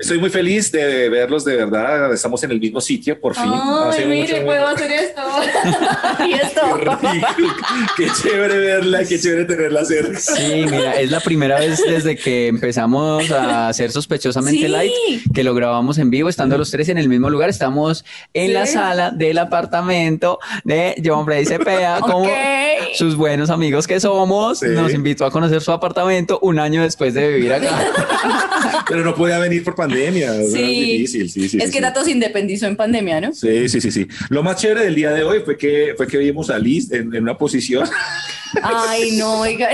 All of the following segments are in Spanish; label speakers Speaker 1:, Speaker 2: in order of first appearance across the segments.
Speaker 1: Estoy muy feliz de verlos de verdad. Estamos en el mismo sitio, por fin.
Speaker 2: Ay, mire, pues, mucho... puedo hacer esto. y esto.
Speaker 1: Qué, qué, chévere verla, qué chévere tenerla cerca.
Speaker 3: Sí, mira, es la primera vez desde que empezamos a hacer sospechosamente sí. light que lo grabamos en vivo, estando los tres en el mismo lugar. Estamos en sí. la sala del apartamento de John Bray Cepeda, como okay. sus buenos amigos que somos. Sí. Nos invitó a conocer su apartamento un año después de vivir acá.
Speaker 1: Pero no podía venir por pandemia. Sí. O sea, es difícil, sí, sí.
Speaker 2: Es que Tato sí. se independizó en pandemia, ¿no?
Speaker 1: Sí, sí, sí, sí. Lo más chévere del día de hoy fue que, fue que vimos a Liz en, en una posición.
Speaker 2: Ay, no, oiga,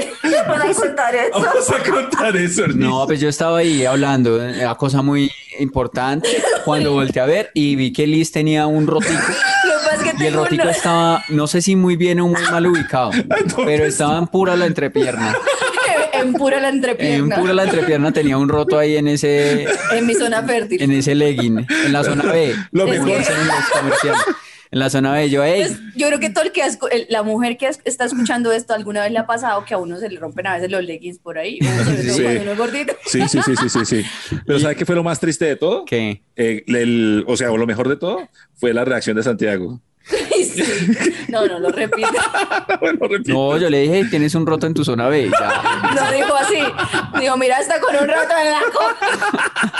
Speaker 2: van a contar eso.
Speaker 1: Vamos a contar eso. Liz.
Speaker 3: No, pues yo estaba ahí hablando, eh, una cosa muy importante, cuando volteé a ver y vi que Liz tenía un rotico. Y el rotico no. estaba, no sé si muy bien o muy mal ubicado, Entonces, pero estaba en pura la entrepierna
Speaker 2: en pura la entrepierna.
Speaker 3: En pura la entrepierna tenía un roto ahí en ese.
Speaker 2: En mi zona fértil.
Speaker 3: En ese legging, en la zona B.
Speaker 1: Lo mejor. En,
Speaker 3: en la zona B, yo, hey. pues,
Speaker 2: yo creo que todo el que has, el, la mujer que has, está escuchando esto alguna vez le ha pasado que a uno se le rompen a veces los leggings por ahí. Sí.
Speaker 1: Sí. sí. sí, sí, sí, sí, Pero ¿sabes qué fue lo más triste de todo?
Speaker 3: ¿Qué?
Speaker 1: Eh, el, o sea, lo mejor de todo fue la reacción de Santiago.
Speaker 2: Sí. No, no lo repito.
Speaker 3: no, no, yo le dije, tienes un roto en tu zona B.
Speaker 2: Ya. No dijo así. Dijo, mira, está con un roto en la copa.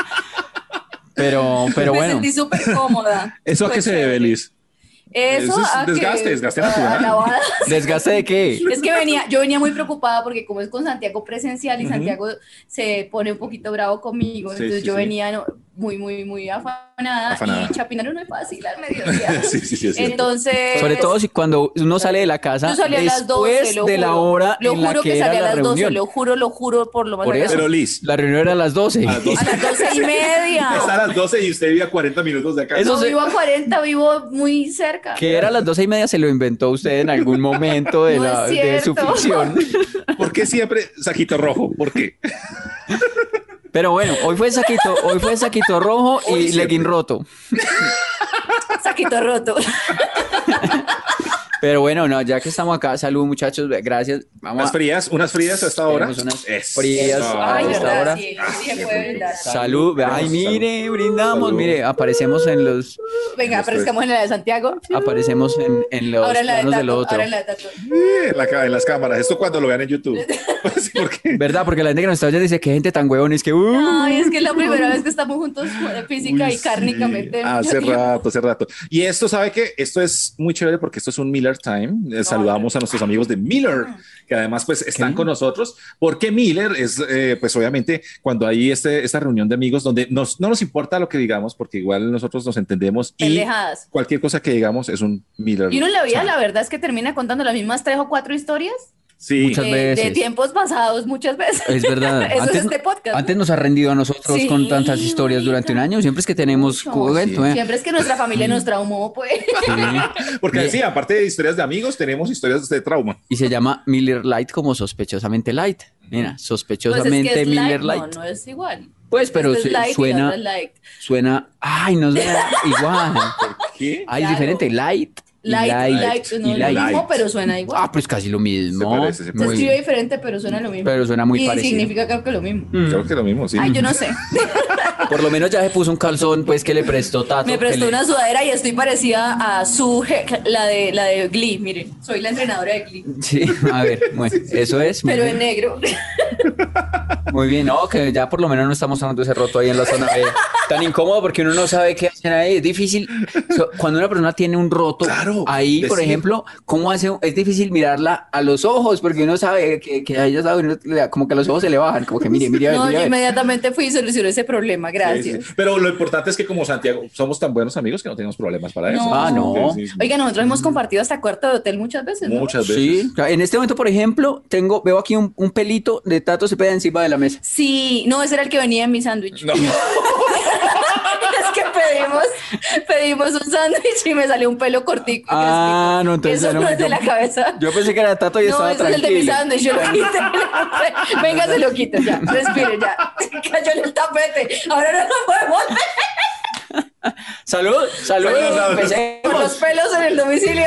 Speaker 3: Pero, pero
Speaker 2: Me
Speaker 3: bueno.
Speaker 2: Me sentí súper cómoda.
Speaker 1: ¿Eso a qué se debe, Liz?
Speaker 2: Eso
Speaker 1: es desgaste, que, desgaste natural.
Speaker 3: ¿Desgaste de qué?
Speaker 2: Es que venía, yo venía muy preocupada porque como es con Santiago presencial y uh -huh. Santiago se pone un poquito bravo conmigo, sí, entonces sí, yo sí. venía muy, muy, muy afanada, afanada. y chapinar no es fácil al mediodía. entonces...
Speaker 3: Sobre todo si cuando uno sale de la casa salí a las 12, lo de la hora
Speaker 2: lo
Speaker 3: en la
Speaker 2: juro
Speaker 3: que,
Speaker 2: salí
Speaker 3: era
Speaker 2: a las
Speaker 3: la 12,
Speaker 2: lo juro, lo juro por lo más.
Speaker 3: Por eso,
Speaker 1: pero Liz.
Speaker 3: La reunión era a las 12.
Speaker 2: A las 12, a las 12 y media.
Speaker 1: Es a las 12 y usted vive a 40 minutos de acá.
Speaker 2: Eso no, se... vivo a 40, vivo muy cerca.
Speaker 3: Que era a las doce y media, se lo inventó usted en algún momento de, no la, de su ficción.
Speaker 1: ¿Por qué siempre saquito rojo? ¿Por qué?
Speaker 3: Pero bueno, hoy fue saquito, hoy fue saquito rojo hoy y legging roto.
Speaker 2: Saquito roto.
Speaker 3: Pero bueno, no, ya que estamos acá, salud muchachos, gracias.
Speaker 1: Vamos unas frías, unas frías hasta ahora.
Speaker 3: Unas es. frías oh, hasta verdad, ahora. Sí, sí, sí, salud, ay, mire, brindamos, salud. mire, aparecemos en los.
Speaker 2: Venga, aparezcamos en la de Santiago.
Speaker 3: Aparecemos en, en los
Speaker 2: ahora en la de
Speaker 3: planos del otro.
Speaker 2: Ahora en, la de Tato.
Speaker 1: La, en las cámaras, esto cuando lo vean en YouTube. Pues, ¿por qué?
Speaker 3: ¿Verdad? Porque la gente que nos está oyendo dice que gente tan huevón es que.
Speaker 2: Uh, ay, es que es la primera vez que estamos juntos eh, física Uy, y cárnicamente.
Speaker 3: Ah,
Speaker 1: Hace rato, hace rato. Y esto, ¿sabe qué? Esto es muy chévere porque esto es un Miller Time. Eh, saludamos a nuestros amigos de Miller,
Speaker 2: Ah.
Speaker 1: que además pues están ¿Qué? con nosotros, porque Miller es, eh, pues obviamente, cuando hay este, esta reunión de amigos donde nos, no nos importa lo que digamos, porque igual nosotros nos entendemos
Speaker 2: Pelejadas.
Speaker 1: y cualquier cosa que digamos es un Miller.
Speaker 2: Y uno en la vida, la verdad es que termina contando las mismas tres o cuatro historias. eh,
Speaker 1: Sí,
Speaker 3: muchas
Speaker 2: de,
Speaker 3: veces.
Speaker 2: De tiempos pasados, muchas veces.
Speaker 3: Es verdad.
Speaker 2: Eso antes, es este podcast.
Speaker 3: Antes nos ha rendido a nosotros sí, con tantas historias durante un año. Siempre es que tenemos
Speaker 2: cuento, sí. eh. Siempre es que nuestra familia nos traumó, pues.
Speaker 1: Porque decía, aparte de historias de amigos, tenemos historias de trauma.
Speaker 3: Y se llama Miller Light como sospechosamente light.
Speaker 2: Pues
Speaker 3: Mira, sospechosamente pues es que es Miller Light.
Speaker 2: light. No, no es igual.
Speaker 3: Pues, pero este like suena, suena, ay, no suena igual.
Speaker 1: ¿Qué?
Speaker 3: Ay, claro. es diferente, light.
Speaker 2: Light, light, light, no es lo mismo, pero suena igual.
Speaker 3: Ah, pues casi lo mismo.
Speaker 1: Se, parece, se, parece.
Speaker 2: se escribe diferente, pero suena lo mismo.
Speaker 3: Pero suena muy
Speaker 2: y
Speaker 3: parecido.
Speaker 2: Y significa creo que lo mismo.
Speaker 1: Mm. Creo que lo mismo, sí.
Speaker 2: Ay, yo no sé.
Speaker 3: Por lo menos ya se puso un calzón, pues, que le prestó Tato.
Speaker 2: Me prestó una
Speaker 3: le...
Speaker 2: sudadera y estoy parecida a su, la de, la de Glee, miren. Soy la entrenadora de Glee.
Speaker 3: Sí, a ver, bueno, eso es.
Speaker 2: Pero bien. en negro.
Speaker 3: Muy bien, no, que ya por lo menos no está mostrando ese roto ahí en la zona B. tan incómodo porque uno no sabe qué hacen ahí. Es difícil. So, cuando una persona tiene un roto
Speaker 1: Claro,
Speaker 3: ahí, por
Speaker 1: decir.
Speaker 3: ejemplo, ¿cómo hace? Es difícil mirarla a los ojos porque uno sabe que, que a ella sabe, uno le da- como que los ojos se le bajan, como que mire, mire, a ver,
Speaker 2: No,
Speaker 3: mire.
Speaker 2: yo
Speaker 3: a ver.
Speaker 2: inmediatamente fui y solucioné ese problema, gracias.
Speaker 1: Sí, sí. Pero lo importante es que como Santiago somos tan buenos amigos que no tenemos problemas para eso.
Speaker 2: No. Ah,
Speaker 3: no.
Speaker 1: Sí, sí, sí.
Speaker 2: Oiga, nosotros hemos compartido hasta cuarto de hotel muchas veces. ¿no?
Speaker 1: Muchas veces.
Speaker 3: Sí, en este momento, por ejemplo, tengo, veo aquí un, un pelito de Tato Cepeda encima de la mesa.
Speaker 2: Sí, no, ese era el que venía en mi sándwich.
Speaker 1: No.
Speaker 2: es que pedimos, pedimos un sándwich y me salió un pelo cortico.
Speaker 3: Ah,
Speaker 2: que es-
Speaker 3: no, entonces
Speaker 2: Eso
Speaker 3: ya no
Speaker 2: no
Speaker 3: me
Speaker 2: es de la
Speaker 3: llamo.
Speaker 2: cabeza.
Speaker 3: Yo pensé que era Tato y
Speaker 2: no,
Speaker 3: estaba
Speaker 2: ese es el de mi
Speaker 3: tranquilo.
Speaker 2: sándwich, yo lo quité. Venga, se lo quito ya, respire ya. Cayó en el tapete, ahora no lo podemos ver.
Speaker 3: Salud, salud.
Speaker 1: Salud, salud.
Speaker 2: Con los pelos en el domicilio.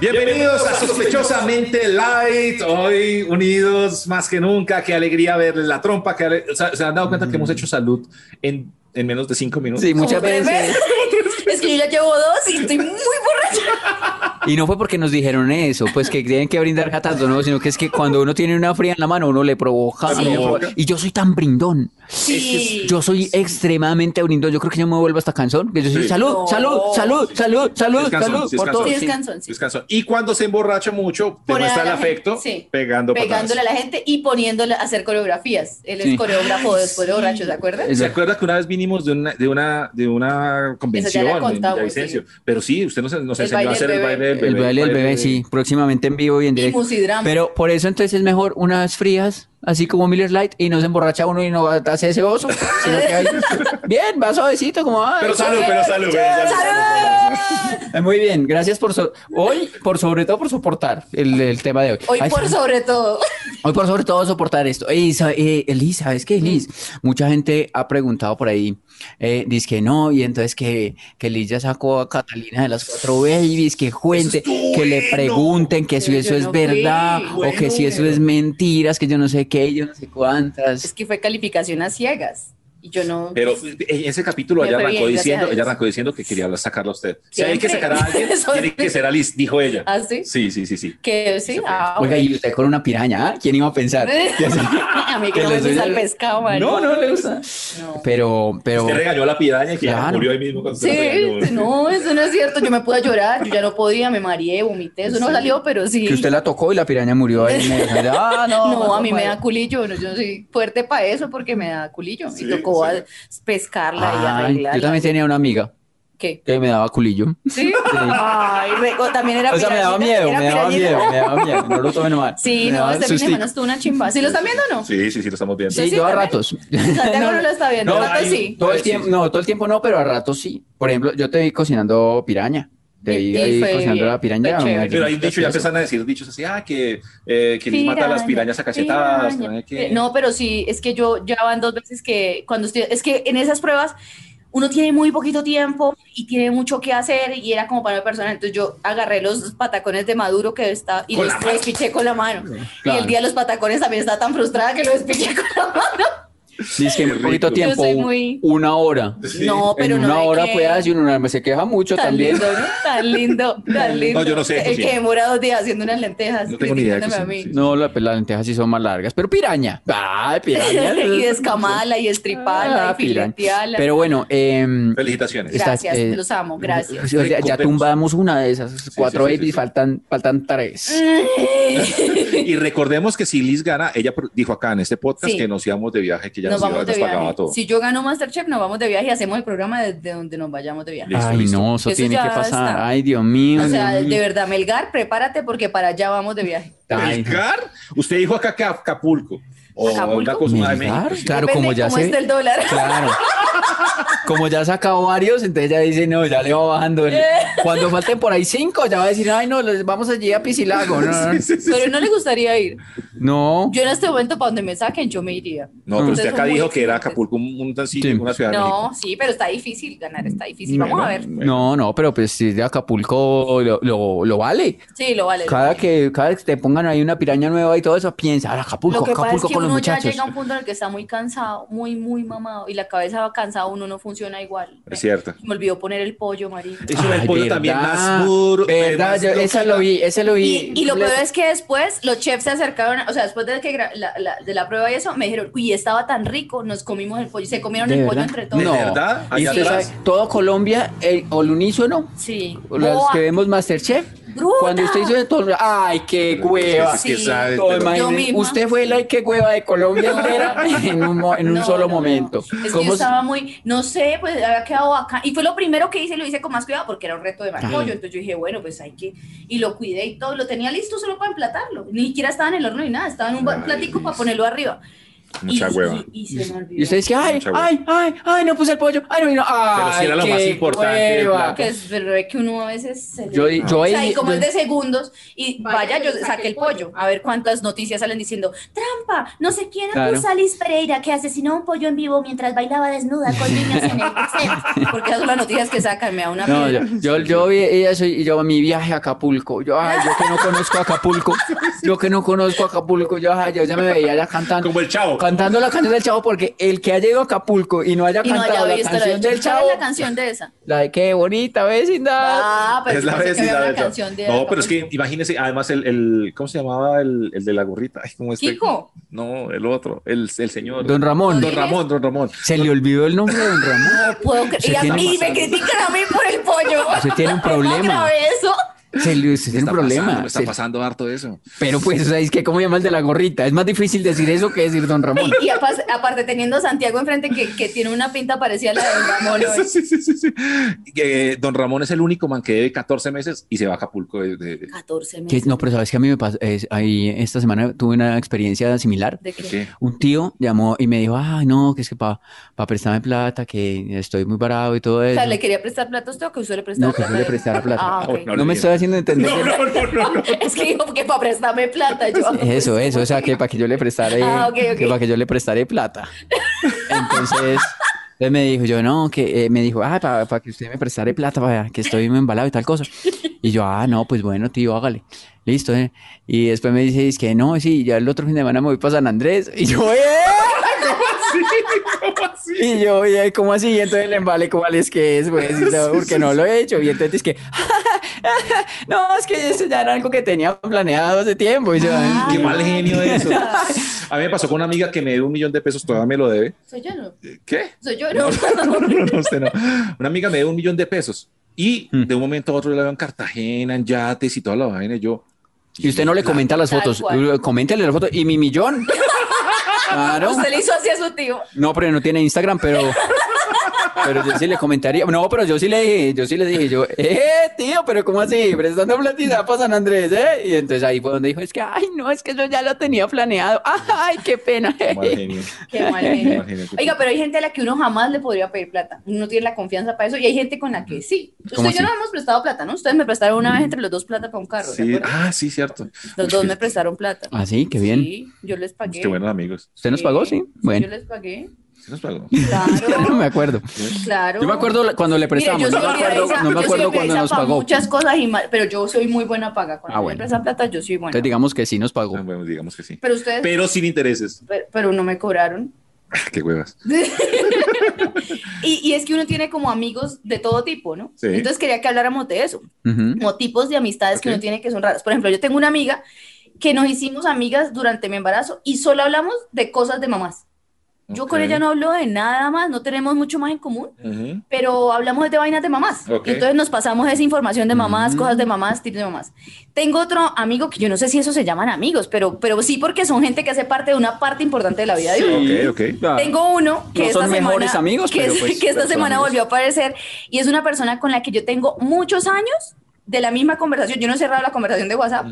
Speaker 1: Bienvenidos a Sospechosamente Light. Hoy unidos más que nunca. Qué alegría ver la trompa. qué ale- o sea, ¿Se han dado cuenta que hemos hecho salud en, en menos de cinco minutos?
Speaker 3: Mm. Sí, muchas
Speaker 2: Como tres
Speaker 3: veces.
Speaker 2: Es que yo ya llevo dos y estoy muy borracha.
Speaker 3: Y no fue porque nos dijeron eso, pues que tienen que brindar catas no, sino que es que cuando uno tiene una fría en la mano, uno le provoca.
Speaker 1: Sí.
Speaker 3: y le provoca. Y yo soy tan brindón.
Speaker 2: Sí.
Speaker 3: Yo soy extremadamente brindón. Yo creo que yo me vuelvo hasta cansón. Que yo soy
Speaker 1: Sí.
Speaker 3: salud,
Speaker 2: No.
Speaker 3: salud, salud, salud, salud,
Speaker 1: Es cansón,
Speaker 3: salud.
Speaker 1: sí, es
Speaker 3: por todo.
Speaker 1: cansón.
Speaker 2: Sí, es cansón, sí.
Speaker 1: Descanso. Y cuando se emborracha mucho,
Speaker 2: Por
Speaker 1: demuestra el
Speaker 2: ahí la gente,
Speaker 1: afecto
Speaker 2: sí.
Speaker 1: pegando
Speaker 2: pegándole a
Speaker 1: patadas.
Speaker 2: la gente y poniéndole a hacer coreografías. Él es
Speaker 3: Sí.
Speaker 2: coreógrafo después de borracho, ¿se acuerdan?
Speaker 3: Es-
Speaker 1: ¿Se acuerda que una vez vinimos de una, de una, de una convención en
Speaker 2: contamos,
Speaker 1: Villavicencio? Pero sí, usted nos, nos
Speaker 2: El
Speaker 1: enseñó
Speaker 2: baile
Speaker 1: a hacer
Speaker 2: del
Speaker 1: el baile del bebé.
Speaker 3: El baile del bebé, sí, próximamente en vivo y en directo.
Speaker 2: musidrama.
Speaker 3: Pero por eso entonces es mejor unas frías, así como Miller Light, y no se emborracha uno y no hace ese oso. sino que ahí- bien, va suavecito, como va.
Speaker 1: Pero salud, pero salud, pero salud.
Speaker 3: Eh, Muy bien, gracias por so- hoy, por sobre todo por soportar el, el tema de hoy.
Speaker 2: Hoy
Speaker 3: Ay,
Speaker 2: por
Speaker 3: sí.
Speaker 2: sobre todo.
Speaker 3: Hoy por sobre todo soportar esto. Ey, sa- eh, Elis, ¿sabes qué, Elis? Mucha gente ha preguntado por ahí, eh, dice que no, y entonces que, que Elis ya sacó a Catalina de las cuatro babies, que cuente, que le pregunten que si
Speaker 2: Pero
Speaker 3: eso
Speaker 2: yo
Speaker 3: es
Speaker 2: no fui.
Speaker 3: verdad o que si eso es mentiras, que yo no sé qué, yo no sé
Speaker 2: Es
Speaker 3: cuántas.
Speaker 2: que fue calificación a ciegas. Y yo no.
Speaker 1: Pero en ese capítulo
Speaker 2: Me
Speaker 1: ella
Speaker 2: fue
Speaker 1: arrancó,
Speaker 2: bien, gracias a
Speaker 1: diciendo,
Speaker 2: Dios.
Speaker 1: ella arrancó diciendo que quería sacarla a usted. Si hay que
Speaker 2: Siempre.
Speaker 1: sacar a alguien,
Speaker 2: Eso
Speaker 1: tiene que
Speaker 2: es.
Speaker 1: ser a Liz, dijo ella.
Speaker 2: ¿Ah, sí?
Speaker 1: Sí, sí, sí, sí.
Speaker 2: Que sí. ah,
Speaker 3: Oiga, y usted con una piraña, ¿ah? ¿quién iba a pensar?
Speaker 2: a mí que no
Speaker 3: Que
Speaker 2: me
Speaker 3: les
Speaker 2: gusta el
Speaker 3: doy-
Speaker 2: pescado, man.
Speaker 3: No, no le gusta.
Speaker 2: No.
Speaker 3: Pero, pero.
Speaker 1: Usted regañó a la piraña y que
Speaker 3: Claro.
Speaker 1: murió ahí mismo cuando se la
Speaker 2: Sí,
Speaker 1: regañó.
Speaker 2: no, eso no es cierto. Yo me pude llorar, yo ya no podía, me mareé, vomité, eso no
Speaker 1: Sí.
Speaker 2: salió, pero sí.
Speaker 3: Que usted la tocó y la piraña murió. ahí. Ah, no,
Speaker 2: No, a mí me da
Speaker 3: papá.
Speaker 2: culillo, no, yo soy fuerte para eso porque me da culillo.
Speaker 1: Sí,
Speaker 2: y tocó
Speaker 1: sí.
Speaker 2: a- pescarla y
Speaker 3: Ay,
Speaker 2: arreglarla.
Speaker 3: Yo también tenía una amiga
Speaker 2: ¿Qué?
Speaker 3: que me daba culillo.
Speaker 2: ¿Sí? Ay, re- o también era
Speaker 3: O sea, me daba
Speaker 2: pirañita,
Speaker 3: miedo,
Speaker 2: era
Speaker 3: me daba
Speaker 2: pirañita.
Speaker 3: miedo, me daba miedo. No lo tomen mal.
Speaker 2: Sí,
Speaker 3: Me
Speaker 2: no,
Speaker 3: daba
Speaker 2: este fin de
Speaker 3: sustico.
Speaker 2: semana estuvo una chimba. ¿Sí lo están viendo o no?
Speaker 1: Sí, sí, sí, lo estamos viendo.
Speaker 3: Sí,
Speaker 2: sí,
Speaker 3: yo a
Speaker 2: también.
Speaker 3: ratos.
Speaker 2: Santiago no lo está viendo,
Speaker 1: No,
Speaker 2: a ratos
Speaker 1: hay-
Speaker 2: sí.
Speaker 3: Todo el
Speaker 1: Sí, sí,
Speaker 3: tiempo,
Speaker 1: sí.
Speaker 3: no, todo el tiempo no, pero a ratos sí. Por ejemplo, yo te vi cocinando piraña. Te
Speaker 2: Y-
Speaker 3: vi
Speaker 2: y
Speaker 3: ahí
Speaker 2: fue
Speaker 3: cocinando
Speaker 2: bien,
Speaker 3: la piraña.
Speaker 2: fue
Speaker 3: me
Speaker 2: chévere.
Speaker 1: Pero hay un
Speaker 3: imagino
Speaker 1: dicho, ya
Speaker 3: que-
Speaker 1: empiezan a decir dichos así, ah, que, eh, que les mata a las pirañas a cachetadas. que
Speaker 2: piraña,
Speaker 1: no sé qué.
Speaker 2: piraña. Eh, No, pero sí, es que yo ya van dos veces que cuando estoy, es que en esas pruebas uno tiene muy poquito tiempo y tiene mucho que hacer y era como para una persona, entonces yo agarré los patacones de Maduro que estaba y
Speaker 1: Con
Speaker 2: los
Speaker 1: la mano.
Speaker 2: despiché con la mano. Y
Speaker 3: Claro.
Speaker 2: el día de los patacones también estaba tan frustrada que lo despiché con la mano.
Speaker 3: Dice que en poquito
Speaker 1: rico.
Speaker 3: tiempo,
Speaker 2: Yo soy muy-
Speaker 3: una hora.
Speaker 1: Sí.
Speaker 2: No, pero
Speaker 3: en
Speaker 2: no.
Speaker 3: una
Speaker 2: hay
Speaker 3: hora
Speaker 2: que-
Speaker 3: puede hacer una hora. Se queja mucho
Speaker 2: Tan
Speaker 3: también.
Speaker 2: lindo, ¿no? Tan lindo, tan lindo.
Speaker 1: yo no sé
Speaker 2: El
Speaker 1: cocinar.
Speaker 2: que demora dos días haciendo unas lentejas.
Speaker 1: No tengo ni idea de
Speaker 2: criticándome a
Speaker 1: cocinar,
Speaker 2: mí.
Speaker 3: No, la- pues, las lentejas sí son más largas, pero piraña. Ay, piraña.
Speaker 2: y descamarla y estriparla
Speaker 3: Ah,
Speaker 2: y
Speaker 3: piraña.
Speaker 2: filetearla.
Speaker 3: Pero bueno, em,
Speaker 1: Felicitaciones.
Speaker 3: Está-
Speaker 2: Gracias,
Speaker 3: eh,
Speaker 2: los amo, gracias.
Speaker 3: O sea, ya
Speaker 1: Contemos.
Speaker 3: tumbamos una de esas cuatro
Speaker 1: sí, sí,
Speaker 3: babies,
Speaker 1: sí.
Speaker 3: faltan faltan
Speaker 2: Mm.
Speaker 3: tres.
Speaker 1: Y recordemos que si Liz gana, ella pro- dijo acá en este podcast
Speaker 2: Sí.
Speaker 1: que nos íbamos de viaje, que ya
Speaker 2: nos
Speaker 1: nos, iba-
Speaker 2: vamos de
Speaker 1: nos pagaba
Speaker 2: viaje.
Speaker 1: todo.
Speaker 2: Si yo gano Masterchef, nos vamos de viaje y hacemos el programa desde donde nos vayamos de viaje.
Speaker 1: Listo,
Speaker 3: Ay,
Speaker 1: listo.
Speaker 3: no, eso,
Speaker 2: Eso
Speaker 3: tiene
Speaker 2: ya
Speaker 3: que pasar.
Speaker 2: está.
Speaker 3: Ay, Dios mío.
Speaker 2: O sea,
Speaker 3: Dios mío.
Speaker 2: de verdad, Melgar, prepárate porque para allá vamos de viaje.
Speaker 3: Ay,
Speaker 1: ¿Melgar? Usted dijo acá que Acapulco. o Olga Cosma de México.
Speaker 3: Claro, claro, como ya
Speaker 2: cómo
Speaker 3: se.
Speaker 2: esté el dólar.
Speaker 3: Claro. Como ya ha sacado varios, entonces ya dice, no, ya le va bajando. el- Cuando falten por ahí cinco, ya va a decir, ay, no, les vamos allí a Piscilago. No, no, no.
Speaker 2: Pero no le gustaría ir.
Speaker 3: No.
Speaker 2: Yo en este momento, para donde me saquen, yo me iría.
Speaker 1: No, pero usted
Speaker 2: Entonces
Speaker 1: acá
Speaker 2: son muy
Speaker 1: dijo que era
Speaker 2: diferentes.
Speaker 1: Acapulco un, un
Speaker 3: Sí.
Speaker 1: sencillo, una ciudad de México.
Speaker 2: No, sí, pero está difícil ganar, está difícil. Vamos a ver.
Speaker 3: No, no, pero pues si es de Acapulco lo, lo- lo vale.
Speaker 2: Sí, lo vale.
Speaker 3: Cada que, cada que te pongan ahí una piraña nueva y todo eso, piensa, ahora Acapulco,
Speaker 2: lo que pasa es
Speaker 3: Acapulco
Speaker 2: que
Speaker 3: con los
Speaker 2: uno ya
Speaker 3: muchachos.
Speaker 2: llega a un punto en el que está muy cansado, muy, muy mamado, y la cabeza va cansada, uno no funciona igual.
Speaker 1: Es cierto.
Speaker 2: Me olvidó poner el pollo, marica.
Speaker 1: Eso del
Speaker 3: Ay,
Speaker 1: pollo también
Speaker 3: verdad,
Speaker 1: más duro.
Speaker 3: Verdad,
Speaker 1: más
Speaker 3: yo,
Speaker 1: loco.
Speaker 3: esa lo vi, ese lo vi.
Speaker 2: Y, y lo peor es que después los chefs se acercaron, o sea, después de que gra- la, la- de la prueba y eso, me dijeron, uy, estaba tan rico, nos comimos el pollo, se comieron
Speaker 3: ¿De
Speaker 2: el pollo
Speaker 3: verdad?
Speaker 2: entre todos.
Speaker 3: No.
Speaker 1: ¿De verdad?
Speaker 3: Y
Speaker 1: Allá
Speaker 3: usted
Speaker 1: atrás.
Speaker 3: sabe, todo Colombia, el, o el unísono,
Speaker 2: Sí.
Speaker 3: o los
Speaker 2: Boa,
Speaker 3: que vemos Masterchef,
Speaker 2: bruta.
Speaker 3: cuando usted hizo de todo, ay, qué
Speaker 1: Pero
Speaker 3: cueva.
Speaker 1: Es que
Speaker 2: Sí.
Speaker 1: sabe,
Speaker 3: Todo,
Speaker 1: pero-
Speaker 3: imagínese,
Speaker 2: Yo misma.
Speaker 3: usted fue la que cueva de Colombia entera en un, mo- en un
Speaker 2: No,
Speaker 3: solo
Speaker 2: no, no.
Speaker 3: momento.
Speaker 2: Es que
Speaker 3: ¿Cómo
Speaker 2: yo
Speaker 3: se-
Speaker 2: estaba muy, no sé, pues había quedado acá. Y fue lo primero que hice, y lo hice con más cuidado porque era un reto de más pollo. Entonces yo dije, bueno, pues hay que. Y lo cuidé y todo, lo tenía listo solo para emplatarlo. Ni siquiera estaba en el horno ni nada, estaba en un ba-
Speaker 1: Ay,
Speaker 2: platico
Speaker 1: Luis.
Speaker 2: para ponerlo arriba.
Speaker 1: Mucha
Speaker 2: y,
Speaker 1: hueva.
Speaker 2: Y, y se me olvidó.
Speaker 3: Y usted dice, ay,
Speaker 1: Mucha hueva.
Speaker 3: ay, ay, ay, no puse el pollo, ay, no vino, ay,
Speaker 1: Pero sí era lo
Speaker 3: qué
Speaker 1: más importante del
Speaker 3: hueva.
Speaker 1: plato.
Speaker 2: que es verdad que uno a veces se le-
Speaker 3: Yo, yo
Speaker 2: O
Speaker 3: ahí-
Speaker 2: sea, y como
Speaker 3: yo-
Speaker 2: es de segundos, y vaya, yo saqué el pollo, a ver cuántas noticias salen diciendo, trampa, no sé quién
Speaker 3: Claro.
Speaker 2: acusa a Liz Pereira que asesinó a un pollo en vivo mientras bailaba desnuda con niños en el set". Porque esas son las noticias que sacan, me da una
Speaker 3: No, yo,
Speaker 2: pena.
Speaker 3: yo, yo vi eso y yo mi viaje a Acapulco. Yo, ay, yo que no conozco Acapulco. Yo que no conozco Acapulco. Yo, ay, yo ya me veía ya cantando.
Speaker 1: Como el chavo.
Speaker 3: Cantando la canción del chavo, porque el que haya ido a Acapulco y no haya
Speaker 2: Y no
Speaker 3: cantado
Speaker 2: haya
Speaker 3: la
Speaker 2: visto
Speaker 3: canción
Speaker 2: de
Speaker 3: del chavo,
Speaker 2: la canción de esa.
Speaker 3: la de qué bonita vecindad.
Speaker 2: Ah, pero
Speaker 1: Es la
Speaker 2: yo pensé que
Speaker 1: vecindad
Speaker 2: había una
Speaker 1: del chavo.
Speaker 2: canción de
Speaker 1: No, pero es que
Speaker 2: Acapulco.
Speaker 1: imagínese, además, el, el ¿cómo se llamaba el, el de la gorrita? Ay, ¿cómo este?
Speaker 2: Kiko.
Speaker 1: No, el otro, el, el señor.
Speaker 3: Don Ramón.
Speaker 1: Don Ramón, don Ramón.
Speaker 3: Se le olvidó el nombre de Don Ramón.
Speaker 2: No puedo cre-
Speaker 3: Se
Speaker 2: y, a-
Speaker 3: tiene-
Speaker 2: y me critican a mí por el pollo.
Speaker 3: Usted tiene un
Speaker 2: ¿Cómo
Speaker 3: problema.
Speaker 2: grabé eso?
Speaker 3: Se le se tiene un problema.
Speaker 1: Pasando, me está
Speaker 3: Se-
Speaker 1: pasando harto eso.
Speaker 3: pero pues, o sea, es que, ¿cómo llama el de la gorrita? Es más difícil decir eso que decir Don Ramón.
Speaker 2: Y aparte, aparte teniendo a Santiago enfrente que, que tiene una pinta parecida a la de Ramón.
Speaker 1: Sí, sí, sí, sí, sí. Eh, don Ramón es el único man que debe 14 meses y se va a Acapulco. de- de-
Speaker 2: 14
Speaker 3: Que-
Speaker 2: meses.
Speaker 3: no, pero sabes que a mí me pasó, es- ahí esta semana tuve una experiencia similar.
Speaker 2: ¿De qué?
Speaker 1: ¿Qué?
Speaker 3: Un tío llamó y me dijo, ay, no, que es que para pa prestarme plata, que estoy muy parado y todo
Speaker 2: O
Speaker 3: eso.
Speaker 2: sea, ¿le quería prestar plata a usted o que usted le prestaba
Speaker 3: No, que yo le prestara plata.
Speaker 2: Ah, ok.
Speaker 1: Ah, bueno,
Speaker 3: No me estoy haciendo entender.
Speaker 1: No, no, no, no, no.
Speaker 2: Es que dijo que para prestarme plata. Yo,
Speaker 3: Eso, eso, o sea, que para que yo le prestaré,
Speaker 2: Ah, ok, ok.
Speaker 3: que para que yo le prestaré plata. Entonces, entonces me dijo, yo no, que eh, me dijo, ah, para que usted me prestare plata, para que estoy muy embalado y tal cosa. Y yo, ah, no, pues bueno, tío, hágale. Listo, eh. Y después me dice, es que no, sí, ya el otro fin de semana me voy para San Andrés. Y yo, ¡eh! Y yo, y él, ¿cómo así? Y entonces le vale cuál es que es, pues, y no, porque no lo he hecho. Y entonces es que, no, es que eso ya era algo que tenía planeado hace tiempo. Y yo,
Speaker 2: Ah.
Speaker 1: Qué mal genio eso. A mí me pasó con una amiga que me debe un millón de pesos, todavía me lo debe.
Speaker 2: Soy yo, ¿no?
Speaker 1: ¿Qué?
Speaker 2: Soy yo,
Speaker 1: No,
Speaker 2: ¿no?
Speaker 1: no, no, no, usted no. Una amiga me dio un millón de pesos y de un momento a otro yo la veo en Cartagena, en yates y toda la vaina. Y yo,
Speaker 3: y usted no le comenta las
Speaker 2: Tal
Speaker 3: fotos,
Speaker 2: cual.
Speaker 3: coméntale las fotos. ¿Y mi millón? Claro.
Speaker 2: Usted le hizo así a su tío.
Speaker 3: No, pero no tiene Instagram, pero... Pero yo sí le comentaría, no, pero yo sí le dije, yo sí le dije, yo, eh, tío, pero ¿cómo así? Prestando platita para San Andrés, ¿eh? Y entonces ahí fue donde dijo, es que, ay, no, es que yo ya lo tenía planeado, ay, qué pena.
Speaker 1: qué mal genio.
Speaker 2: Qué mal
Speaker 1: Qué
Speaker 2: genio.
Speaker 1: mal genio.
Speaker 2: Eh, Oiga, pero hay gente a la que uno jamás le podría pedir plata. Uno no tiene la confianza para eso y hay gente con la que sí. Usted
Speaker 3: ¿Cómo
Speaker 2: y yo no
Speaker 3: así? Mm.
Speaker 2: hemos prestado plata, ¿no? Ustedes me prestaron una vez entre los dos plata para un carro. ¿se
Speaker 1: Sí.
Speaker 2: acuerdan?
Speaker 1: Ah, sí, cierto.
Speaker 2: Los dos me prestaron plata.
Speaker 3: Ah, sí, qué bien.
Speaker 2: Sí, yo les pagué.
Speaker 1: Qué buenos amigos.
Speaker 3: ¿Usted nos pagó? Sí. Bueno,
Speaker 2: Yo les pagué.
Speaker 1: ¿Sí nos pagó?
Speaker 3: yo no
Speaker 2: Claro.
Speaker 3: me acuerdo.
Speaker 2: Claro.
Speaker 3: Yo me acuerdo la- cuando le prestamos,
Speaker 2: Mire, yo
Speaker 3: no me
Speaker 2: soy
Speaker 3: acuerdo,
Speaker 2: olvidadiza-
Speaker 3: no me
Speaker 2: yo soy
Speaker 3: acuerdo cuando
Speaker 2: olvidadiza
Speaker 3: nos
Speaker 2: pa'
Speaker 3: pagó.
Speaker 2: muchas cosas y mal, pero yo soy muy buena paga. Cuando
Speaker 3: Ah,
Speaker 2: me
Speaker 3: bueno.
Speaker 2: prestan plata, yo soy buena.
Speaker 3: Entonces digamos que sí nos pagó.
Speaker 1: Ah, Bueno, digamos que sí.
Speaker 2: pero ustedes, pero,
Speaker 1: Pero sin intereses.
Speaker 2: pero no me cobraron.
Speaker 1: Ah, Qué huevas.
Speaker 2: Y, y es que uno tiene como amigos de todo tipo, ¿no?
Speaker 1: Sí.
Speaker 2: Entonces quería que habláramos de eso,
Speaker 3: Ujú.
Speaker 2: como tipos de amistades que
Speaker 1: Ok.
Speaker 2: uno tiene que son raras. Por ejemplo, yo tengo una amiga que nos hicimos amigas durante mi embarazo y solo hablamos de cosas de mamás. Yo con
Speaker 1: Ok.
Speaker 2: ella no hablo de nada más, no tenemos mucho más en común.
Speaker 1: Ujú.
Speaker 2: pero hablamos de vainas de mamás.
Speaker 1: Ok.
Speaker 2: Y entonces nos pasamos esa información de mamás,
Speaker 3: Mm.
Speaker 2: cosas de mamás, tips de mamás. Tengo otro amigo que yo no sé si eso se llaman amigos, pero, pero sí porque son gente que hace parte de una parte importante de la vida de
Speaker 1: Ok,
Speaker 2: uno.
Speaker 1: ok.
Speaker 3: Claro.
Speaker 2: Tengo uno que
Speaker 3: No
Speaker 2: esta
Speaker 3: son
Speaker 2: semana,
Speaker 3: mejores amigos,
Speaker 2: que,
Speaker 3: pero pues,
Speaker 2: que esta
Speaker 3: pero son
Speaker 2: semana
Speaker 3: amigos.
Speaker 2: volvió a aparecer y es una
Speaker 3: Mm.
Speaker 2: persona con la que yo tengo muchos años de la misma conversación. Yo no he cerrado la conversación de WhatsApp,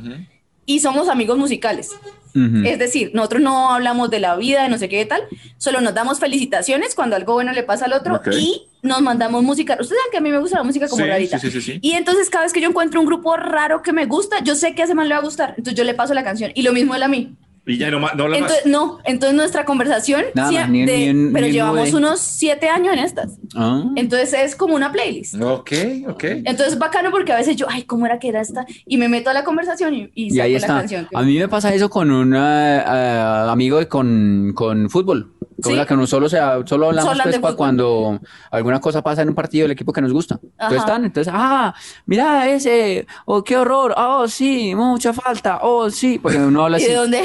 Speaker 2: y somos amigos musicales.
Speaker 3: Ah.
Speaker 2: Uh -huh. Es decir, nosotros no hablamos de la vida, de no sé qué tal, solo nos damos felicitaciones cuando algo bueno le pasa al otro okay. y nos mandamos música. Ustedes saben que a mí me gusta la música como sí, rarita. Sí, sí, y entonces cada vez que yo encuentro un grupo raro que me gusta, yo sé que a ese man le va a gustar, entonces yo le paso la canción y lo mismo él a mí.
Speaker 1: Y ya no, no habla
Speaker 2: entonces,
Speaker 1: más.
Speaker 2: No, entonces nuestra conversación, Nada, sea, ni, de, ni, pero ni llevamos de... unos siete años en estas. Ah. Entonces es como una playlist.
Speaker 1: Ok, ok.
Speaker 2: Entonces bacano porque a veces yo, ay, ¿cómo era que era esta? Y me meto a la conversación y, y, y ahí está. La canción.
Speaker 3: A mí me pasa eso con un uh, uh, amigo de con, con fútbol. Con ¿Sí? la que no solo, sea, solo hablamos pues, para cuando alguna cosa pasa en un partido del equipo que nos gusta. Ajá. Entonces están, entonces, ah, mira ese, oh, qué horror, oh, sí, mucha falta, oh, sí, porque uno habla así.
Speaker 2: ¿Y de dónde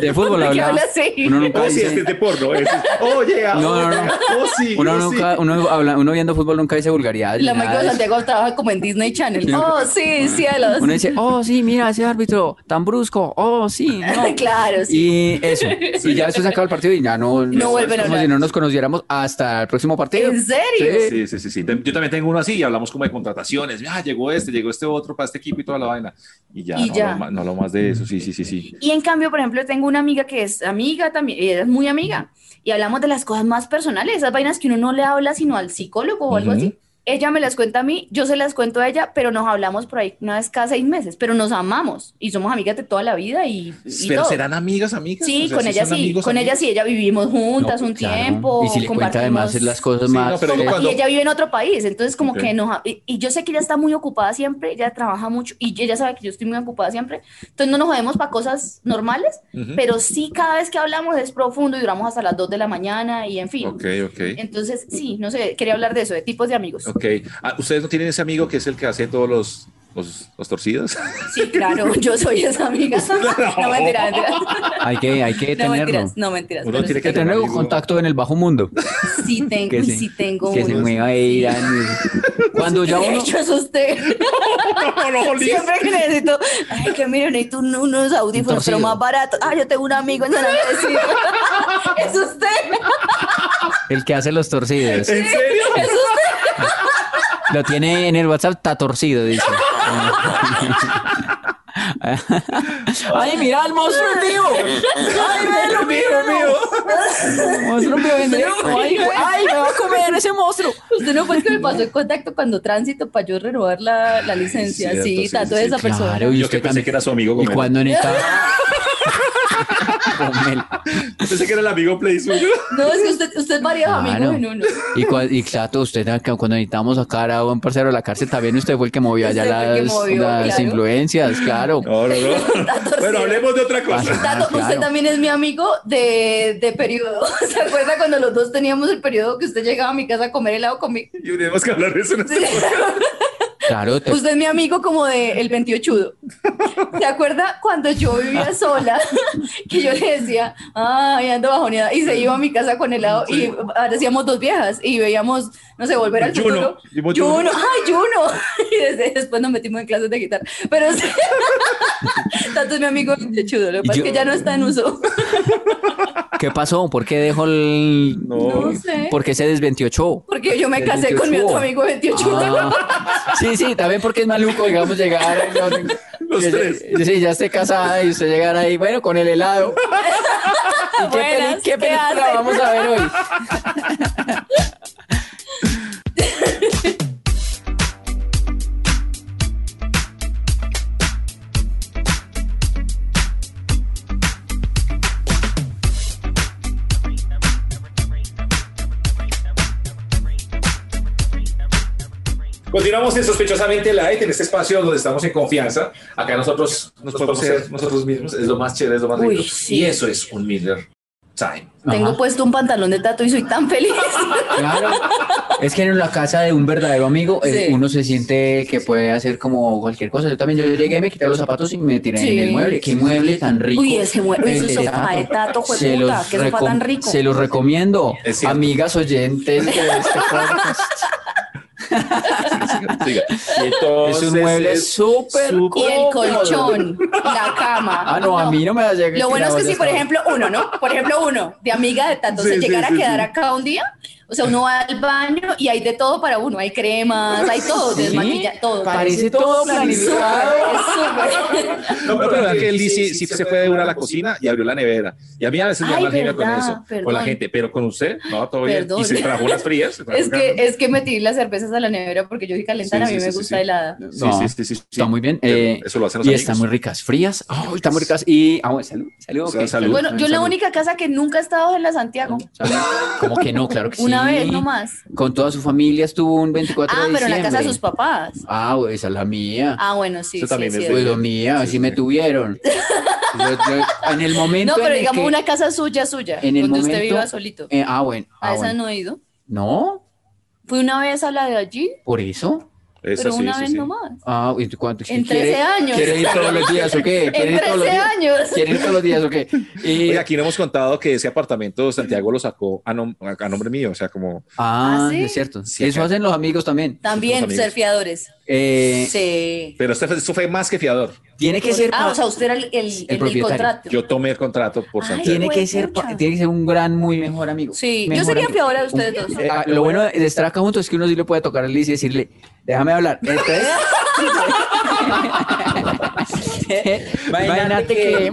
Speaker 3: de fútbol habla. habla así? Uno nunca
Speaker 1: oh, sí, este es de porno. Es, oh, yeah,
Speaker 3: no,
Speaker 1: oh, no, no. Oh, sí,
Speaker 3: uno nunca, sí. uno, habla, uno viendo fútbol nunca dice vulgaridad.
Speaker 2: La Michael Santiago trabaja como en Disney Channel. Sí, oh, sí, cielos.
Speaker 3: Uno dice, oh, sí, mira, ese árbitro tan brusco. Oh, sí. No.
Speaker 2: claro,
Speaker 3: sí. Y eso. Y ya eso se acaba el partido y ya no.
Speaker 2: No vuelven a
Speaker 3: Como si no nos conociéramos hasta el próximo partido.
Speaker 2: ¿En serio?
Speaker 1: Sí, sí, sí. sí, Yo también tengo uno así y hablamos como de contrataciones. Ah, llegó este, llegó este otro para este equipo y toda la vaina. Y ya, y no, ya. Lo, no lo más de eso. Sí, sí, sí, sí.
Speaker 2: Y en cambio, por ejemplo, tengo una amiga que es amiga también, ella es muy amiga, y hablamos de las cosas más personales, esas vainas que uno no le habla sino al psicólogo o uh -huh. algo así. Ella me las cuenta a mí, yo se las cuento a ella, pero nos hablamos por ahí una vez cada seis meses, pero nos amamos y somos amigas de toda la vida y, y
Speaker 1: pero todo. serán amigas, amigas.
Speaker 2: Sí, o sea, con ¿sí ella sí, amigos, con amigos? ella sí, ella vivimos juntas no, un claro. tiempo.
Speaker 3: Y si le cuenta además las cosas sí, más. No,
Speaker 2: pero como, cuando... Y ella vive en otro país, entonces como okay. que nos y, y, yo sé que ella está muy ocupada siempre, ella trabaja mucho y ella sabe que yo estoy muy ocupada siempre, entonces no nos jodemos para cosas normales, uh -huh. pero sí cada vez que hablamos es profundo y duramos hasta las 2 de la mañana y en fin.
Speaker 1: Okay, okay.
Speaker 2: Entonces sí, no sé, quería hablar de eso, de tipos de amigos.
Speaker 1: Ok. Ah, ¿Ustedes no tienen ese amigo que es el que hace todos los, los, los torcidos?
Speaker 2: Sí, claro, yo soy esa amiga. No, no mentiras, mentiras.
Speaker 3: Hay que, hay que
Speaker 2: no
Speaker 3: tenerlo.
Speaker 2: Mentiras, no mentiras.
Speaker 3: Uno tiene sí que tener amigo. contacto en el bajo mundo.
Speaker 2: Sí, tengo, que sí, sí tengo.
Speaker 3: Que uno. se mueva ahí. Cuando ya uno...
Speaker 2: De hecho, es usted. No, Siempre que necesito... Ay, que miren, necesito unos audífonos, pero más baratos. Ah, yo tengo un amigo en San Andrés. Es usted.
Speaker 3: El que hace los torcidos.
Speaker 1: ¿En serio?
Speaker 2: Es usted.
Speaker 3: Lo tiene en el WhatsApp, está torcido, dice. ¡Ay, mira el monstruo vivo! ¡Ay, velo, mío, mío! ¡Monstruo vivo! ¡Ay, ay, me va a comer ese monstruo!
Speaker 2: Usted no fue el que me pasó en contacto cuando tránsito para yo renovar la, la licencia. Cierto, sí, tanto sí, sí, esa persona. Claro,
Speaker 1: yo que pensé que era su amigo.
Speaker 3: Gomel. Y cuando en esta...
Speaker 1: Pensé que era el amigo Play suyo.
Speaker 2: No, es que usted, usted varios ah, amigos no. en uno.
Speaker 3: Y, cua, y claro, usted cuando necesitamos sacar a un parcero de la cárcel, también usted fue el que movió allá las, movió, las claro. influencias, claro.
Speaker 1: No, no, no. Bueno, hablemos de otra cosa.
Speaker 2: Ah, Tato, claro. Usted también es mi amigo de, de periodo. ¿Se acuerda cuando los dos teníamos el periodo que usted llegaba a mi casa a comer helado conmigo?
Speaker 1: Y teníamos que hablar de eso en este sí.
Speaker 3: Claro,
Speaker 2: te... Usted Pues es mi amigo como de el 28. ¿Se acuerda cuando yo vivía sola? Que yo le decía, ay, ando bajoneada. Y se iba a mi casa con helado sí. y hacíamos dos viejas y veíamos, no sé, volver al futuro. Juno. Juno, ay, Juno. Y desde, después nos metimos en clases de guitarra. Pero sí, tanto es mi amigo el 28. Lo que pasa yo... es que ya no está en uso.
Speaker 3: ¿Qué pasó? ¿Por qué dejó el.?
Speaker 2: No, no sé.
Speaker 3: ¿Por qué se desventió?
Speaker 2: Porque yo me casé 28. con mi otro amigo 28.
Speaker 3: Ah. sí, sí, también porque es maluco, digamos, llegar.
Speaker 1: Los
Speaker 3: sí,
Speaker 1: tres.
Speaker 3: Sí, ya esté casada y usted llegar ahí, bueno, con el helado.
Speaker 2: Ah,
Speaker 3: ¿Y qué, Buenas, peli, qué película ¿qué vamos a ver hoy?
Speaker 1: Continuamos en Sospechosamente Light, en este espacio donde estamos en confianza. Acá nosotros nos podemos ser nosotros mismos. Es lo más chévere, es lo más
Speaker 2: Uy,
Speaker 1: rico.
Speaker 2: sí.
Speaker 1: Y eso es un Miller Time.
Speaker 2: Tengo Ajá. puesto un pantalón de tato y soy tan feliz.
Speaker 3: Claro. Es que en la casa de un verdadero amigo sí. eh, uno se siente que puede hacer como cualquier cosa. Yo también yo llegué, me quité los zapatos y me tiré sí. en el mueble. Qué mueble tan rico.
Speaker 2: Uy, ese mueble, ese sofá de tato, jueputa, se los qué sofá tan rico.
Speaker 3: Se los recomiendo, amigas oyentes de este podcast.
Speaker 1: Siga, siga. Y
Speaker 3: entonces, es un mueble súper
Speaker 2: Y el colchón, la cama.
Speaker 3: Ah, no, no, a mí no me va a llegar.
Speaker 2: Lo bueno es que si, sí, por ejemplo, uno, ¿no? Por ejemplo, uno, de amiga de tanto, sí, se llegara sí, a quedar acá un día, O sea, uno va al baño y hay de todo para uno. Hay cremas, hay todo,
Speaker 3: Sí.
Speaker 2: desmaquilla, todo.
Speaker 3: Parece todo planificado.
Speaker 2: Es súper.
Speaker 1: No, pero la verdad que él sí, sí, sí se fue de una a la cocina y abrió la nevera. Y a mí a veces me
Speaker 2: Ay,
Speaker 1: dan genio con
Speaker 2: verdad,
Speaker 1: eso, con la
Speaker 2: perdón.
Speaker 1: gente. Pero con usted, no, todo
Speaker 2: Perdón.
Speaker 1: bien. Y se trajo unas frías. se trajo
Speaker 2: Es que,
Speaker 1: ganas.
Speaker 2: es que metí las cervezas a la nevera porque yo sí calentan,
Speaker 1: Sí,
Speaker 2: a mí
Speaker 1: sí,
Speaker 2: me
Speaker 1: sí,
Speaker 2: gusta
Speaker 1: sí.
Speaker 2: helada.
Speaker 1: Sí,
Speaker 3: No,
Speaker 1: sí, sí, sí, sí.
Speaker 3: Está muy bien. eh,
Speaker 1: Eso lo hacen los
Speaker 3: y
Speaker 1: amigos.
Speaker 3: están muy ricas. Frías. Ay, están muy ricas. Y. Ah, bueno, salud. Salud.
Speaker 1: O sea,
Speaker 3: ok,
Speaker 1: salud.
Speaker 2: Bueno, yo la
Speaker 1: Salud.
Speaker 2: única casa que nunca he estado es en la Santiago.
Speaker 3: salud. Como que no, claro que
Speaker 2: Una
Speaker 3: sí.
Speaker 2: vez nomás.
Speaker 3: Con toda su familia estuvo un 24
Speaker 2: Ah,
Speaker 3: de
Speaker 2: pero en la casa de
Speaker 3: diciembre.
Speaker 2: sus papás.
Speaker 3: Ah, güey, esa es la mía.
Speaker 2: Ah, bueno, sí.
Speaker 1: Eso
Speaker 2: sí,
Speaker 1: también
Speaker 2: sí,
Speaker 1: es
Speaker 2: es
Speaker 1: de-
Speaker 3: Pues
Speaker 2: verdad.
Speaker 3: lo mía, así me tuvieron. Yo- yo- en el momento.
Speaker 2: No, pero
Speaker 3: en el
Speaker 2: digamos
Speaker 3: que-
Speaker 2: una casa suya, suya,
Speaker 3: en el
Speaker 2: donde usted
Speaker 3: momento-
Speaker 2: viva solito.
Speaker 3: eh, ah, bueno.
Speaker 2: A
Speaker 3: ah,
Speaker 2: esa
Speaker 3: bueno.
Speaker 2: no he ido.
Speaker 3: No,
Speaker 2: Fui una vez a la de allí,
Speaker 3: por eso.
Speaker 1: Esa
Speaker 2: pero
Speaker 1: sí,
Speaker 2: una
Speaker 1: sí,
Speaker 2: vez
Speaker 1: sí.
Speaker 2: nomás.
Speaker 3: Ah, ¿y tú cuánto?
Speaker 2: En
Speaker 3: ¿Qué quiere-
Speaker 2: 13 años.
Speaker 3: ¿Quiere ir todos los días o qué? ¿Quiere
Speaker 2: En
Speaker 3: ir todos los
Speaker 2: 13
Speaker 3: días?
Speaker 2: años.
Speaker 3: ¿Quiere ir todos los días o qué? Y- ah,
Speaker 1: Oye, aquí no hemos contado que ese apartamento Santiago lo sacó a, nom- a nombre mío, o sea, como
Speaker 3: Ah,
Speaker 2: ¿Ah, sí?
Speaker 3: es cierto.
Speaker 1: Sí,
Speaker 3: eso
Speaker 1: acá.
Speaker 3: hacen los amigos también.
Speaker 2: También
Speaker 1: Somos amigos.
Speaker 2: surfeadores.
Speaker 3: Eh,
Speaker 2: Sí.
Speaker 1: pero esto, fue- esto fue más que fiador.
Speaker 3: Tiene que ser.
Speaker 2: Ah,
Speaker 3: pa-
Speaker 2: o sea, usted era el, el, el del
Speaker 3: propietario.
Speaker 2: contrato.
Speaker 1: Yo tomé el contrato por
Speaker 2: Ay,
Speaker 1: Santiago.
Speaker 3: tiene
Speaker 2: Hijo
Speaker 3: que
Speaker 2: de
Speaker 3: ser. pa-
Speaker 2: pucha.
Speaker 3: Tiene que ser un gran, muy mejor amigo.
Speaker 2: Sí, yo
Speaker 3: Mejor
Speaker 2: sería
Speaker 3: amigo.
Speaker 2: fiadora de ustedes dos.
Speaker 3: Eh, ah, lo bueno de estar acá juntos es que uno sí le puede tocar al Liz y decirle, déjame hablar. Entonces, imagínate que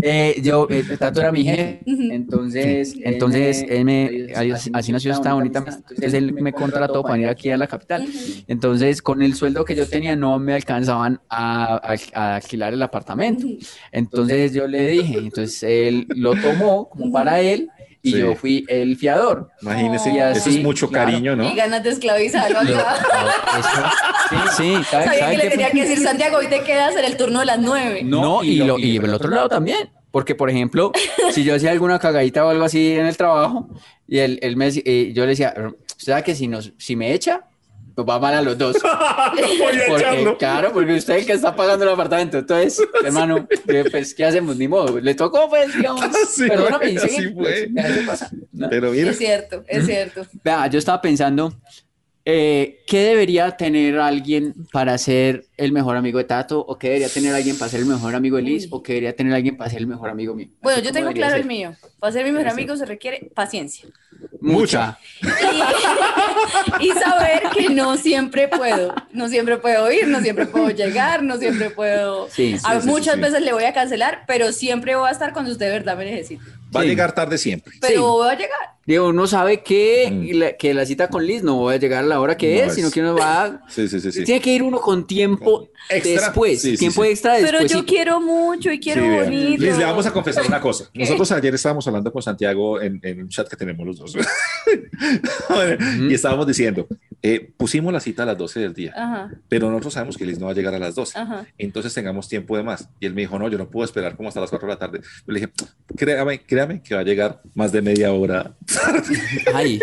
Speaker 3: eh, yo, eh, Tato era mi jefe, entonces, entonces él me, así, así nació esta bonita, amistad. entonces él me contrató para venir aquí a la capital. Entonces, con el sueldo que yo tenía, no me alcanzaban a, a- a alquilar el apartamento. Entonces yo le dije, entonces él lo tomó como para él y
Speaker 1: Sí.
Speaker 3: yo fui el fiador.
Speaker 1: Imagínese,
Speaker 2: Ay,
Speaker 1: eso es
Speaker 3: sí,
Speaker 1: mucho
Speaker 3: claro.
Speaker 1: cariño, ¿no?
Speaker 2: Y ganas de esclavizarlo
Speaker 3: Yo-
Speaker 2: acá.
Speaker 3: eso- sí, sí, ¿sabe-
Speaker 2: Sabía
Speaker 3: sabe
Speaker 2: que le
Speaker 3: qué
Speaker 2: tenía
Speaker 3: fue?
Speaker 2: que decir, Santiago, hoy te quedas en el turno de las nueve.
Speaker 3: No, y, lo, y el otro lado también. Porque, por ejemplo, si yo hacía alguna cagadita o algo así en el trabajo, y él, él me, decí- eh, yo le decía, "Usted sabe que si, nos, si me echa, nos va mal a los dos. Porque, claro, porque usted es el que está pagando el apartamento. Entonces, hermano, eh, pues, ¿qué hacemos? Ni modo. Le tocó, pues, digamos.
Speaker 1: Así
Speaker 3: perdóname,
Speaker 1: fue,
Speaker 3: y sigue.
Speaker 1: así fue.
Speaker 3: Pues, ¿qué pasa? No.
Speaker 1: Pero mira,
Speaker 2: Es cierto, es cierto.
Speaker 3: Vea, yo estaba pensando, eh, ¿qué debería tener alguien para ser el mejor amigo de Tato? ¿O qué debería tener alguien para ser el mejor amigo de Liz? ¿O qué debería tener alguien para ser el mejor amigo mío?
Speaker 2: Bueno,
Speaker 3: ¿Cómo
Speaker 2: yo tengo
Speaker 3: debería
Speaker 2: claro
Speaker 3: ser?
Speaker 2: el mío. Para ser mi mejor amigo se requiere paciencia.
Speaker 3: Mucha.
Speaker 2: Y, y saber que no siempre puedo. No siempre puedo ir, no siempre puedo llegar, no siempre puedo.
Speaker 3: Sí, sí,
Speaker 2: A-
Speaker 1: sí,
Speaker 2: muchas
Speaker 1: sí.
Speaker 2: veces le voy a cancelar, pero siempre voy a estar cuando usted de verdad me necesite.
Speaker 1: va a
Speaker 3: Sí.
Speaker 1: llegar tarde siempre.
Speaker 2: Pero
Speaker 3: Sí.
Speaker 2: voy a
Speaker 1: Ah,
Speaker 2: llegar.
Speaker 3: Digo, uno sabe que
Speaker 1: Mm.
Speaker 3: la, que la cita con Liz no va a llegar a la hora que
Speaker 1: No
Speaker 3: es,
Speaker 1: es.
Speaker 3: sino que uno va...
Speaker 1: Sí, sí, sí, sí.
Speaker 3: Tiene que ir uno con tiempo
Speaker 1: Extra.
Speaker 3: después,
Speaker 1: Sí, sí,
Speaker 3: tiempo
Speaker 1: sí.
Speaker 3: extra después.
Speaker 2: Pero yo
Speaker 3: sí.
Speaker 2: quiero mucho y quiero
Speaker 1: Sí, vean.
Speaker 2: bonito.
Speaker 1: Liz, le vamos a confesar una cosa. Nosotros ayer estábamos hablando con Santiago en, en un chat que tenemos los dos. y estábamos diciendo, eh, pusimos la cita a las 12 del día,
Speaker 2: Ajá,
Speaker 1: pero nosotros sabemos que Liz no va a llegar a las 12.
Speaker 2: Ah. ajá.
Speaker 1: Entonces tengamos tiempo de más. Y él me dijo, no, yo no puedo esperar como hasta las 4 de la tarde. Yo le dije, créame, créame que va a llegar más de media hora.
Speaker 3: Ay,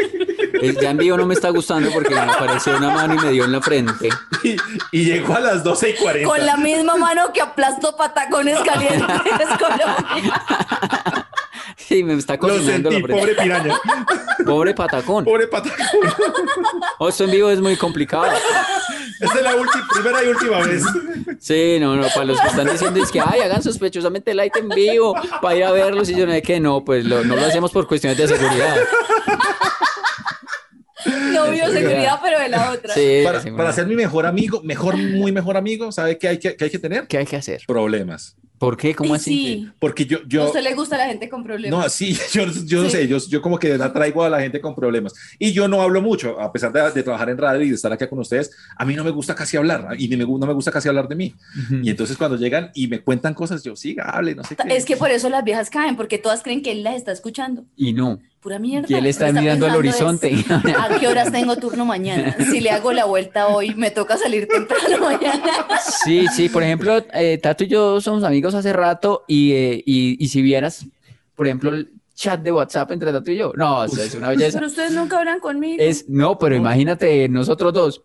Speaker 3: el ya en vivo no me está gustando porque me apareció una mano y me dio en la frente.
Speaker 1: Y, y llegó a las 12 y 40.
Speaker 2: Con la misma mano que aplastó patacones calientes Colombia.
Speaker 3: Sí, me está
Speaker 1: Lo
Speaker 3: cocinando
Speaker 1: sentí,
Speaker 3: la frente.
Speaker 1: pobre piraña,
Speaker 3: Pobre patacón.
Speaker 1: pobre patacón.
Speaker 3: Oh, esto en vivo es muy complicado.
Speaker 1: Esa es la última, primera y última vez.
Speaker 3: Sí, no, no, para los que están diciendo es que, ay, hagan sospechosamente el like en vivo para ir a verlos y yo no sé qué, no, pues lo- no lo hacemos por cuestiones de seguridad.
Speaker 2: No vio seguridad, pero de la otra.
Speaker 3: Sí,
Speaker 1: Para,
Speaker 3: Eh, sí,
Speaker 1: para
Speaker 3: no.
Speaker 1: ser mi mejor amigo, mejor, muy mejor amigo, ¿sabe qué hay que, qué hay que tener?
Speaker 3: ¿Qué hay que hacer?
Speaker 1: Problemas.
Speaker 3: ¿Por qué? ¿Cómo
Speaker 2: Y
Speaker 3: así?
Speaker 2: sí.
Speaker 1: Porque yo,
Speaker 2: ¿A
Speaker 1: yo,
Speaker 2: usted le gusta la gente con problemas?
Speaker 1: no, sí, yo, yo no
Speaker 2: Sí.
Speaker 1: sé, yo, yo como que atraigo a la gente con problemas. Y yo no hablo mucho, a pesar de, de trabajar en radio y de estar acá con ustedes, a mí no me gusta casi hablar, y ni me, gu- no me gusta casi hablar de mí. Y entonces cuando llegan y me cuentan cosas, yo, siga, hable, no sé qué.
Speaker 2: Es que por eso las viejas caen, porque todas creen que él las está escuchando.
Speaker 3: Y no.
Speaker 2: Pura mierda.
Speaker 3: Y él está mirando al
Speaker 2: pensando es,
Speaker 3: horizonte.
Speaker 2: ¿A qué horas tengo turno mañana? Si le hago la vuelta hoy, me toca salir temprano mañana.
Speaker 3: Sí, sí, por ejemplo, eh, Tato y yo somos amigos hace rato y, eh, y, y si vieras, por ejemplo, el chat de WhatsApp entre Tato y yo, no, o sea, es una belleza.
Speaker 2: Pero ustedes nunca hablan conmigo.
Speaker 3: Es, no, pero imagínate nosotros dos.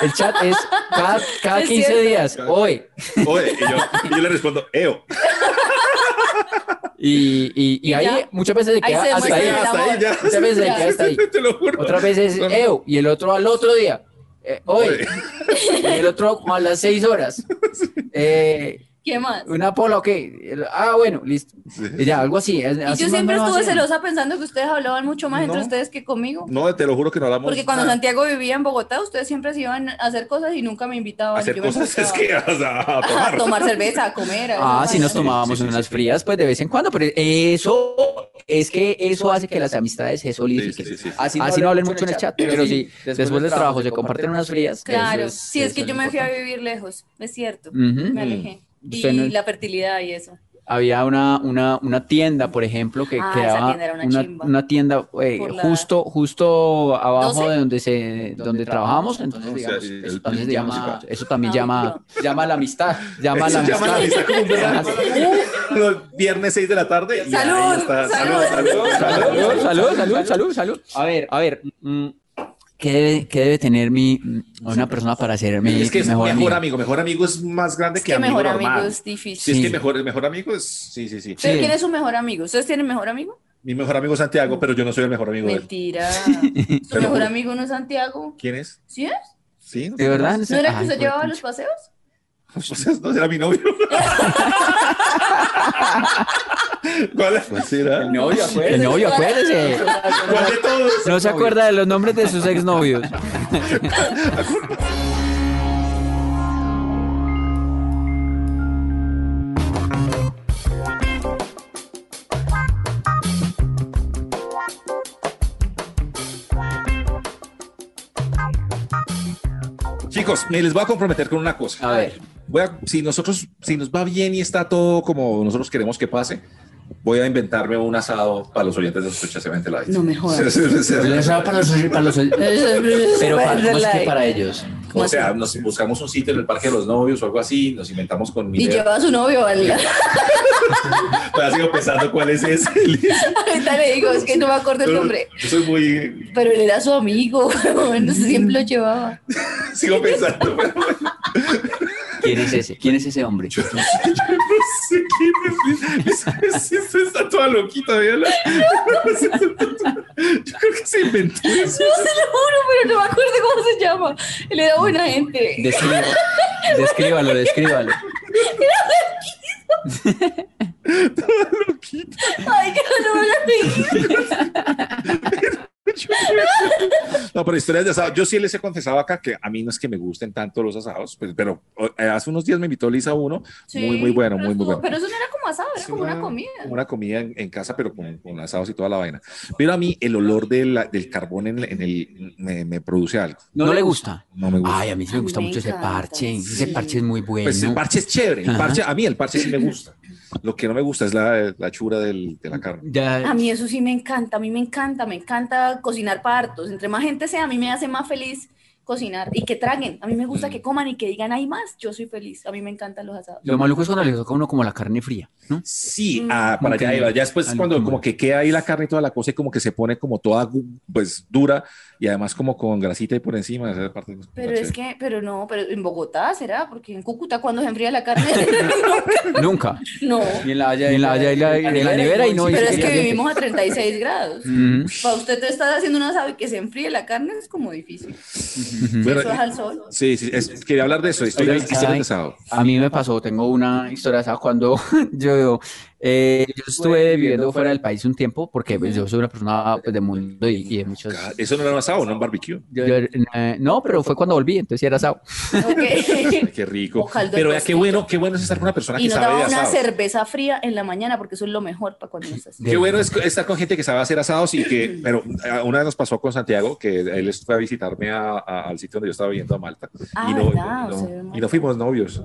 Speaker 3: El chat es cada, cada
Speaker 2: Es
Speaker 3: 15
Speaker 2: cierto.
Speaker 3: días, hoy.
Speaker 1: Oye, y yo, y yo le respondo, eo.
Speaker 3: Y, y, y
Speaker 2: Y
Speaker 3: ahí
Speaker 2: ya.
Speaker 3: muchas veces se
Speaker 2: Ahí
Speaker 3: queda
Speaker 2: se
Speaker 3: hasta
Speaker 2: demuestra
Speaker 3: ahí.
Speaker 2: el amor.
Speaker 1: hasta ahí ya.
Speaker 3: Muchas veces se queda hasta ahí.
Speaker 1: Te lo juro.
Speaker 3: Otra vez es EO y el otro al otro día. Eh, hoy. Y el otro como a las seis horas. Eh,
Speaker 2: ¿Qué más?
Speaker 3: ¿Una pola o qué? Ah, bueno, listo. Y ya, algo así.
Speaker 2: Y yo siempre estuve celosa pensando que ustedes hablaban mucho más entre ustedes que conmigo.
Speaker 1: No, te lo juro que no hablamos.
Speaker 2: Porque cuando Santiago vivía en Bogotá, ustedes siempre se iban a hacer cosas y nunca me Ah, invitaban.
Speaker 1: hacer cosas es que o sea, a tomar.
Speaker 2: A tomar cerveza, a comer.
Speaker 3: A ah, si nos tomábamos unas frías, pues de vez en cuando, pero eso es que eso hace que las amistades se solidifiquen. Ah, Sí, sí, sí, Así, no, Así no hablen mucho en el chat, pero sí, después, después del trabajo se comparten unas frías.
Speaker 2: Claro, es, sí, es que yo importante. me fui a vivir lejos, es cierto, uh -huh.
Speaker 3: Mm.
Speaker 2: me alejé. Y no... la fertilidad y eso.
Speaker 3: Había una, una, una tienda, por ejemplo, que
Speaker 2: ah,
Speaker 3: quedaba
Speaker 2: tienda
Speaker 3: una, una, una, tienda eh, justo, justo abajo 12. de donde se donde trabajamos, entonces o sea, digamos, el, eso, también llama, eso también
Speaker 2: Ah,
Speaker 3: no, llama, llama a la amistad, llama a la amistad. Llama la amistad
Speaker 1: los viernes 6 de la tarde.
Speaker 2: Salud, salud, salud,
Speaker 3: salud, salud, salud, salud, A ver, a ver. ¿Qué debe, qué debe tener mi, una persona para ser mi
Speaker 1: es que es
Speaker 3: mejor,
Speaker 1: mejor amigo? Mejor amigo es más grande
Speaker 2: es
Speaker 1: que, que amigo
Speaker 2: mejor
Speaker 1: normal.
Speaker 2: amigo es difícil.
Speaker 1: Sí. Es que mejor, mejor amigo es... Sí, sí, sí.
Speaker 2: ¿Pero
Speaker 1: sí.
Speaker 2: quién es su mejor amigo? ¿Ustedes tienen mejor amigo?
Speaker 1: Mi mejor amigo es Santiago, pero yo no soy el mejor amigo
Speaker 2: Mentira.
Speaker 1: de
Speaker 2: él. Mentira. ¿Su mejor amigo no es Santiago?
Speaker 1: ¿Quién es?
Speaker 2: ¿Sí es?
Speaker 1: Sí. No
Speaker 3: ¿De verdad?
Speaker 2: ¿No era que usted llevaba los paseos?
Speaker 1: Pues no será mi novio. ¿Cuál pues
Speaker 3: era? El novio, acuérdese. El novio, acuérdese.
Speaker 1: ¿Cuál de todos?
Speaker 3: No se acuerda de los nombres de sus exnovios.
Speaker 1: Chicos, me les voy a comprometer con una cosa.
Speaker 3: A ver.
Speaker 1: Voy a, si nosotros, si nos va bien y está todo como nosotros queremos que pase, voy a inventarme un asado para los oyentes de Sospechosamente Light.
Speaker 2: No me jodas.
Speaker 3: El asado para los oyentes. Pero para, ¿cómo es que para ellos.
Speaker 1: O sea, nos buscamos un sitio en el parque de los novios o algo así, nos inventamos con mi.
Speaker 2: Y lleva a su novio, ¿verdad?
Speaker 1: Pero sigo pensando cuál es ese.
Speaker 2: Ahorita le digo, es que no me acuerdo el nombre.
Speaker 1: Yo soy muy.
Speaker 2: Pero él era su amigo, entonces siempre lo llevaba.
Speaker 1: sigo pensando, pero bueno.
Speaker 3: ¿Quién es ese? ¿Quién es ese hombre?
Speaker 1: Yo no sé, yo no sé quién es. es, es, es está toda loquita, véala. Yo creo que se inventó eso.
Speaker 2: No, se lo juro, pero no me acuerdo cómo se llama. Él era buena gente.
Speaker 3: Descríbalo, descríbalo. descríbalo.
Speaker 2: Era
Speaker 1: loquito. Toda loquita.
Speaker 2: Ay, yo no me la
Speaker 1: pegué. No, pero historias de asado. Yo sí les he confesado acá que a mí no es que me gusten tanto los asados, pues, pero eh, hace unos días me invitó Lisa uno,
Speaker 2: Sí,
Speaker 1: muy, muy bueno,
Speaker 2: pero
Speaker 1: muy,
Speaker 2: eso-
Speaker 1: muy bueno.
Speaker 2: Pero eso no era como asado, era como una, comida.
Speaker 1: Una comida en, en casa, pero con, con asados y toda la vaina. Pero a mí el olor de la- del carbón en, en el me, me produce algo.
Speaker 3: No, le gusta.
Speaker 1: No me gusta.
Speaker 3: Ay, a mí sí me gusta
Speaker 2: Me
Speaker 3: mucho ese
Speaker 2: encanta,
Speaker 3: parche. Ese
Speaker 2: sí.
Speaker 3: parche es muy bueno.
Speaker 1: Pues el parche es chévere. El parche, a mí el parche sí me gusta. Lo que no me gusta es la, la chura del- de la carne.
Speaker 3: Ya-
Speaker 2: A mí eso sí me encanta, a mí me encanta, me encanta cocinar partos. Entre más gente sea, a mí me hace más feliz cocinar y que traguen. A mí me gusta que coman y que digan, hay más. Yo soy feliz, a mí me encantan los asados.
Speaker 3: Lo maluco es cuando le toca a uno como la carne fría, ¿no?
Speaker 2: Mm.
Speaker 1: Sí, ah, para
Speaker 3: Ok.
Speaker 1: allá iba. Ya después
Speaker 3: Algo
Speaker 1: cuando
Speaker 3: como-
Speaker 1: como que queda ahí la carne y toda la cosa y como que se pone como toda pues dura y además como con grasita y por encima. esa parte no-
Speaker 2: Pero
Speaker 1: no
Speaker 2: es
Speaker 1: sé.
Speaker 2: que, pero no, pero en Bogotá será, porque en Cúcuta cuando se enfría la carne,
Speaker 3: Nunca.
Speaker 2: no.
Speaker 3: Y en la haya y en la, haya y la- en la Mm. nevera y no. y
Speaker 2: Pero es
Speaker 3: se
Speaker 2: que
Speaker 3: queda
Speaker 2: vivimos a 36 grados.
Speaker 3: caliente.
Speaker 2: Para usted te está haciendo un asado y que se enfríe la carne es como difícil.
Speaker 1: Bueno,
Speaker 2: Eso es al sol.
Speaker 1: sí, sí, es- quería hablar de eso. Estoy
Speaker 3: Oigan,
Speaker 1: historia
Speaker 3: ay.
Speaker 1: de asado.
Speaker 3: A mí me pasó, tengo una historia, ¿sabes? Cuando yo, eh, yo estuve viviendo fuera del país un tiempo, porque pues, yo soy una persona pues, de mundo y, y de muchos...
Speaker 1: Ca- Eso no era un asado, no un barbecue.
Speaker 3: yo- eh, no, pero fue cuando volví, entonces sí era asado.
Speaker 1: Ay,
Speaker 2: Ok.
Speaker 1: Qué rico.
Speaker 2: O caldo de
Speaker 1: Pero vea qué
Speaker 2: costilla.
Speaker 1: bueno, qué bueno es estar con una persona
Speaker 2: Y
Speaker 1: que
Speaker 2: nos
Speaker 1: sabe de
Speaker 2: daba una
Speaker 1: asado.
Speaker 2: cerveza fría en la mañana, porque eso es lo mejor para cuando nos así.
Speaker 1: Qué bueno es estar con gente que sabe hacer asados y
Speaker 2: Mm.
Speaker 1: que, pero ah, una vez nos pasó con Santiago, que él fue a visitarme a- a- al sitio donde yo estaba viviendo a Malta.
Speaker 2: Ah,
Speaker 1: y, no,
Speaker 2: ¿verdad?
Speaker 1: y no-
Speaker 2: O sea,
Speaker 1: y no fuimos novios.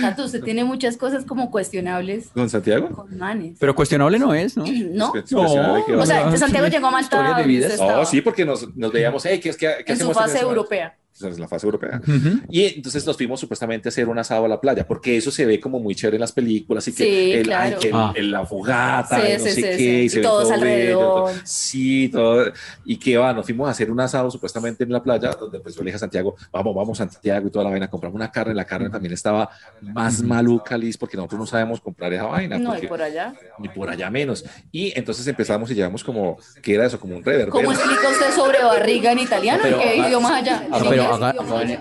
Speaker 2: Tato, usted tiene muchas cosas como cuestionables
Speaker 1: ¿Con Santiago?
Speaker 2: con manes.
Speaker 3: Pero cuestionable no es, ¿no? Pues,
Speaker 2: ¿No?
Speaker 1: Es que- es que-
Speaker 2: O sea,
Speaker 3: no,
Speaker 2: Santiago
Speaker 3: sí,
Speaker 2: llegó a
Speaker 3: historias
Speaker 2: Malta.
Speaker 3: de vida.
Speaker 2: usted
Speaker 1: Oh,
Speaker 2: estaba
Speaker 1: sí, porque nos, nos veíamos, hey, ¿qué, es- qué, qué
Speaker 2: En su
Speaker 1: hacemos
Speaker 2: fase
Speaker 1: esta semana?"
Speaker 2: europea.
Speaker 1: Esa es la fase europea.
Speaker 3: Ujú.
Speaker 1: Y entonces nos fuimos supuestamente a hacer un asado a la playa, porque eso se ve como muy chévere en las películas, y que
Speaker 2: Sí,
Speaker 1: el,
Speaker 2: claro.
Speaker 1: ay, que el-
Speaker 3: Ah.
Speaker 1: el- la fogata,
Speaker 2: Sí,
Speaker 1: y no
Speaker 2: sí,
Speaker 1: sé
Speaker 2: sí,
Speaker 1: qué,
Speaker 2: sí.
Speaker 1: y
Speaker 2: Y
Speaker 1: se ve
Speaker 2: todos
Speaker 1: todo bello,
Speaker 2: alrededor.
Speaker 1: todo- sí, todo. Y que va, nos fuimos a hacer un asado supuestamente en la playa, donde pues yo le dije a Santiago, vamos, vamos Santiago y toda la vaina, compramos una carne, la
Speaker 3: Mm.
Speaker 1: carne también estaba más maluca, Liz, porque nosotros no sabemos comprar esa vaina.
Speaker 2: No, y
Speaker 1: porque-
Speaker 2: por allá.
Speaker 1: ni por allá menos. Y entonces empezamos y llevamos como, ¿qué era eso? Como un reverb.
Speaker 2: ¿Cómo explica usted sobre barriga en italiano?
Speaker 3: Pero,
Speaker 2: ¿Qué
Speaker 3: ah,
Speaker 2: idioma allá?
Speaker 3: Ah,
Speaker 2: En
Speaker 3: pero
Speaker 4: haga, haga una,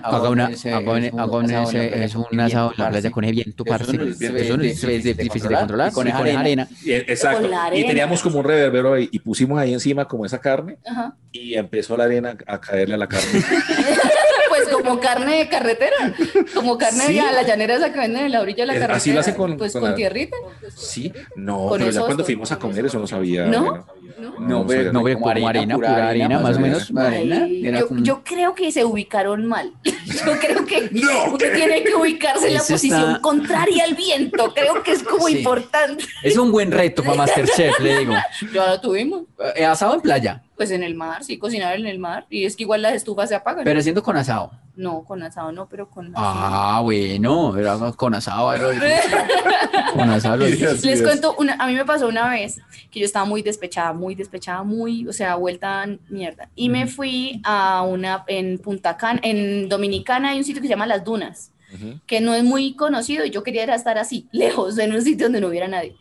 Speaker 4: haga una, haga una, es un asado en la playa con ese viento, parce. Eso no es difícil de controlar, con esa arena.
Speaker 1: Y- Exacto.
Speaker 2: Con la
Speaker 1: Y
Speaker 2: arena.
Speaker 1: teníamos como un reverbero ahí y pusimos ahí encima como esa carne
Speaker 2: Ajá.
Speaker 1: y empezó la arena a caerle a la carne.
Speaker 2: Pues como carne de carretera, como carne
Speaker 1: Sí.
Speaker 2: de a la llanera esa que venden en la orilla de la
Speaker 1: Es-
Speaker 2: carretera.
Speaker 1: así lo hacen con-
Speaker 2: pues
Speaker 1: con
Speaker 2: con,
Speaker 1: la-
Speaker 2: tierrita.
Speaker 1: Sí, no,
Speaker 2: Con
Speaker 1: pero ya
Speaker 2: esos-
Speaker 1: cuando fuimos a comer eso no sabía.
Speaker 2: ¿No?
Speaker 1: bueno.
Speaker 2: ¿no?
Speaker 1: No, pero-
Speaker 4: no,
Speaker 3: Como arena, pura arena, más o menos. arena,
Speaker 2: Ay,
Speaker 3: era
Speaker 2: yo,
Speaker 3: como-
Speaker 2: yo creo que se ubicaron mal. Yo creo que
Speaker 1: No,
Speaker 2: usted tiene que ubicarse en la
Speaker 3: Eso
Speaker 2: posición
Speaker 3: está-
Speaker 2: contraria al viento. Creo que es como
Speaker 3: Sí.
Speaker 2: importante.
Speaker 3: Es un buen reto para Masterchef, le digo.
Speaker 2: Ya lo tuvimos.
Speaker 3: Eh, Asado en playa,
Speaker 2: Pues en el mar, sí, cocinar en el mar. Y es que igual las estufas se apagan.
Speaker 3: pero haciendo con asado.
Speaker 2: No, con asado no, pero con...
Speaker 3: Ah, bueno, era con asado. era- Con asado. lo-
Speaker 1: Así
Speaker 2: Les
Speaker 1: es.
Speaker 2: cuento, una, a mí me pasó una vez que yo estaba muy despechada, muy despechada, muy, o sea, vuelta a mierda. Y me fui a una, en Punta Cana, en Dominicana hay un sitio que se llama Las Dunas,
Speaker 1: Ujú.
Speaker 2: que no es muy conocido y yo quería era estar así, lejos, en un sitio donde no hubiera nadie.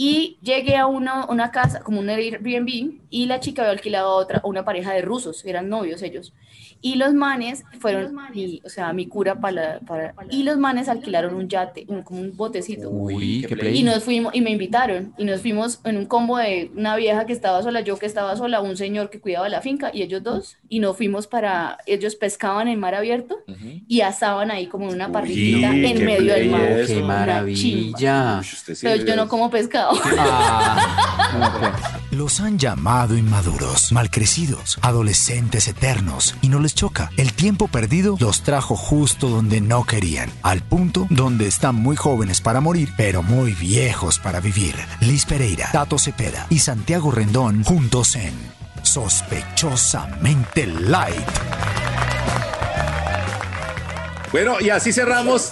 Speaker 2: Y llegué a una, una casa, como un Airbnb, y la chica había alquilado a otra, a una pareja de rusos, eran novios ellos. Y los manes fueron, mi- o sea, mi cura para, la- para... Y los manes alquilaron un yate, un- como un botecito.
Speaker 3: Uy, qué play.
Speaker 2: Y nos fuimos, y me invitaron, y nos fuimos en un combo de una vieja que estaba sola, yo que estaba sola, un señor que cuidaba la finca, y ellos dos, y nos fuimos para, ellos pescaban en mar abierto
Speaker 1: Ujú.
Speaker 2: y asaban ahí como en una
Speaker 1: Uy,
Speaker 2: parrillita
Speaker 1: qué
Speaker 2: en medio del mar.
Speaker 1: belleza.
Speaker 3: Qué
Speaker 1: Una
Speaker 3: maravilla.
Speaker 1: Ush, usted sí
Speaker 2: Pero yo
Speaker 1: es-
Speaker 2: no como pescado.
Speaker 3: Ah, no, pues.
Speaker 5: Los han llamado inmaduros, malcrecidos, adolescentes eternos y no les choca. El tiempo perdido los trajo justo donde no querían, al punto donde están muy jóvenes para morir, pero muy viejos para vivir. Liz Pereira, Tato Cepeda y Santiago Rendón juntos en Sospechosamente Light.
Speaker 1: Bueno, y así cerramos.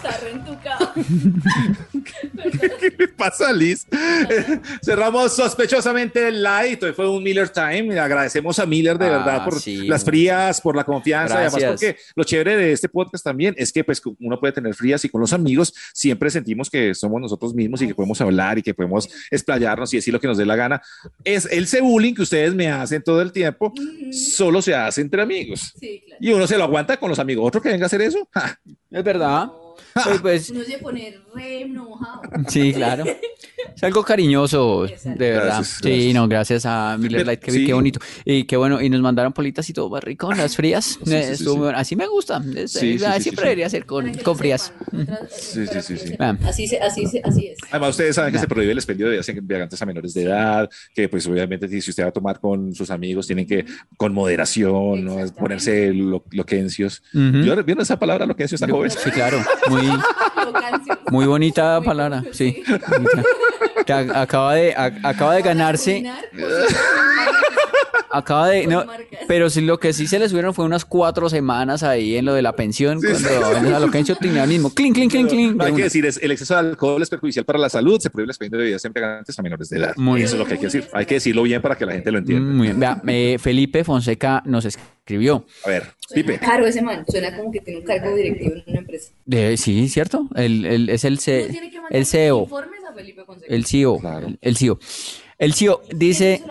Speaker 1: ¿Qué pasa, Liz? Cerramos sospechosamente el live. Hoy fue un Miller Time. Le Agradecemos a Miller de
Speaker 3: Ah,
Speaker 1: verdad por
Speaker 3: sí.
Speaker 1: las frías, por la confianza. Y además,
Speaker 3: Gracias.
Speaker 1: porque lo chévere de este podcast también es que pues, uno puede tener frías y con los amigos siempre sentimos que somos nosotros mismos y que podemos hablar y que podemos explayarnos y decir lo que nos dé la gana. Es el bullying que ustedes me hacen todo el tiempo, solo se hace entre amigos.
Speaker 2: Sí, claro.
Speaker 1: Y uno se lo aguanta con los amigos. Otro que venga a hacer eso, ja,
Speaker 3: Es verdad. Pero, pues,
Speaker 2: Uno se pone re enojado.
Speaker 3: sí, claro. Es algo cariñoso, de verdad.
Speaker 1: Gracias,
Speaker 3: Sí,
Speaker 1: gracias.
Speaker 3: no, gracias a Miller Light, que
Speaker 1: Sí.
Speaker 3: qué bonito. Y qué bueno, y nos mandaron politas y todo más rico, las frías.
Speaker 1: sí,
Speaker 3: Eh,
Speaker 1: sí,
Speaker 3: estuvo
Speaker 1: sí.
Speaker 3: bueno. Así me gusta. Es-
Speaker 1: Sí, sí,
Speaker 3: ah,
Speaker 1: sí, sí,
Speaker 3: siempre
Speaker 1: sí.
Speaker 3: debería ser con, con frías.
Speaker 1: Sí, sí, sí, sí.
Speaker 3: Ah.
Speaker 2: Así, se- así, se- así es.
Speaker 1: Además, ustedes saben que se prohíbe el expendio de bebidas en viajantes a menores de edad, que pues obviamente si si usted va a tomar con sus amigos, tienen que con moderación, ¿no? Es ponerse lo- loquencios.
Speaker 3: Ujú.
Speaker 1: Yo recuerdo esa palabra loquencios tan joven.
Speaker 3: Sí, claro. Muy, muy bonita palabra. Sí. bonita. Que a- acaba de, a- acaba de ganarse. Acaba de. No, pero sí, lo que sí se le subieron fue unas cuatro semanas ahí en lo de la pensión. cuando en esa loquencio tenía el mismo. Clink, clink, clink, clink.
Speaker 1: No hay
Speaker 3: de
Speaker 1: que
Speaker 3: una.
Speaker 1: decir, es, el exceso de alcohol es perjudicial para la salud, se prohíbe el expendio de bebidas en viajantes a menores de edad.
Speaker 3: Muy
Speaker 1: Eso es lo que hay que decir. Hay que decirlo bien para que la gente lo entienda.
Speaker 3: Muy bien. Vea, eh, Felipe Fonseca nos escribió.
Speaker 1: A ver, Pipe.
Speaker 6: Claro, ese man suena como que tiene un cargo directivo en una empresa.
Speaker 3: De- sí, ¿cierto? El, el- es el, C- Eh, el CEO.
Speaker 6: Informes a Felipe Consejo.
Speaker 3: El CEO.
Speaker 1: Claro.
Speaker 3: El, el CEO. El CEO dice.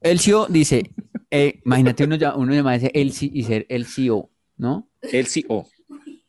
Speaker 3: El CEO dice. eh, imagínate uno, ya- uno llamarse Elsie y ser el CEO, ¿no?
Speaker 1: Elsie E O.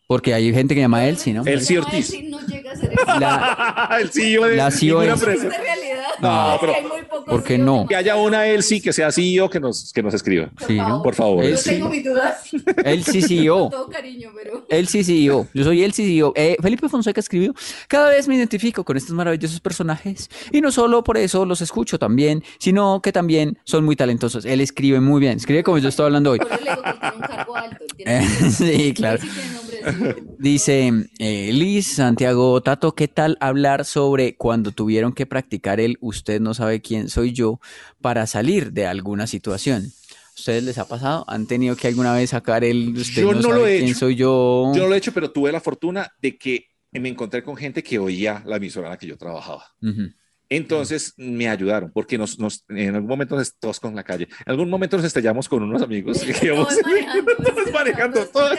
Speaker 3: Porque hay gente que llama Elsie, ¿no?
Speaker 1: Elsie E Ortiz.
Speaker 6: No llega a ser E
Speaker 3: La-
Speaker 1: el CEO de
Speaker 3: La CEO
Speaker 1: ninguna
Speaker 3: es-
Speaker 1: empresa.
Speaker 6: esta realidad.
Speaker 1: No, pero
Speaker 6: Hay muy pocos. E
Speaker 3: ¿Por qué no?
Speaker 1: que haya una Elsie que sea CEO que nos, que nos escriba.
Speaker 3: Sí, Oh. ¿no?
Speaker 1: Por favor.
Speaker 6: Yo
Speaker 3: Elsie.
Speaker 6: tengo mis dudas.
Speaker 3: Elsie CEO.
Speaker 6: Todo cariño, pero.
Speaker 3: E El CCO. Yo soy el CCO. Eh, Felipe Fonseca escribió, cada vez me identifico con estos maravillosos personajes y no solo por eso los escucho también, sino que también son muy talentosos. Él escribe muy bien, escribe como yo estoy hablando hoy.
Speaker 6: Por el ego que tiene un cargo alto.
Speaker 3: Eh,
Speaker 6: Tiene
Speaker 3: sí, claro.
Speaker 6: sí tiene nombre de CEO.
Speaker 3: Dice eh, Liz, Santiago, Tato, ¿qué tal hablar sobre cuando tuvieron que practicar el usted no sabe quién soy yo para salir de alguna situación? ¿A ¿Ustedes les ha pasado? ¿Han tenido que alguna vez sacar el usted
Speaker 1: Yo
Speaker 3: no,
Speaker 1: no lo
Speaker 3: sabe
Speaker 1: he
Speaker 3: quién
Speaker 1: hecho.
Speaker 3: soy yo?
Speaker 1: Yo no lo he hecho, pero tuve la fortuna de que me encontré con gente que oía la emisora en la que yo trabajaba.
Speaker 3: Ujú.
Speaker 1: Entonces me ayudaron, porque nos, nos- en algún momento nos todos con la calle. En algún momento nos estrellamos con unos amigos que íbamos Pues,
Speaker 2: pues,
Speaker 1: todos manejando todo.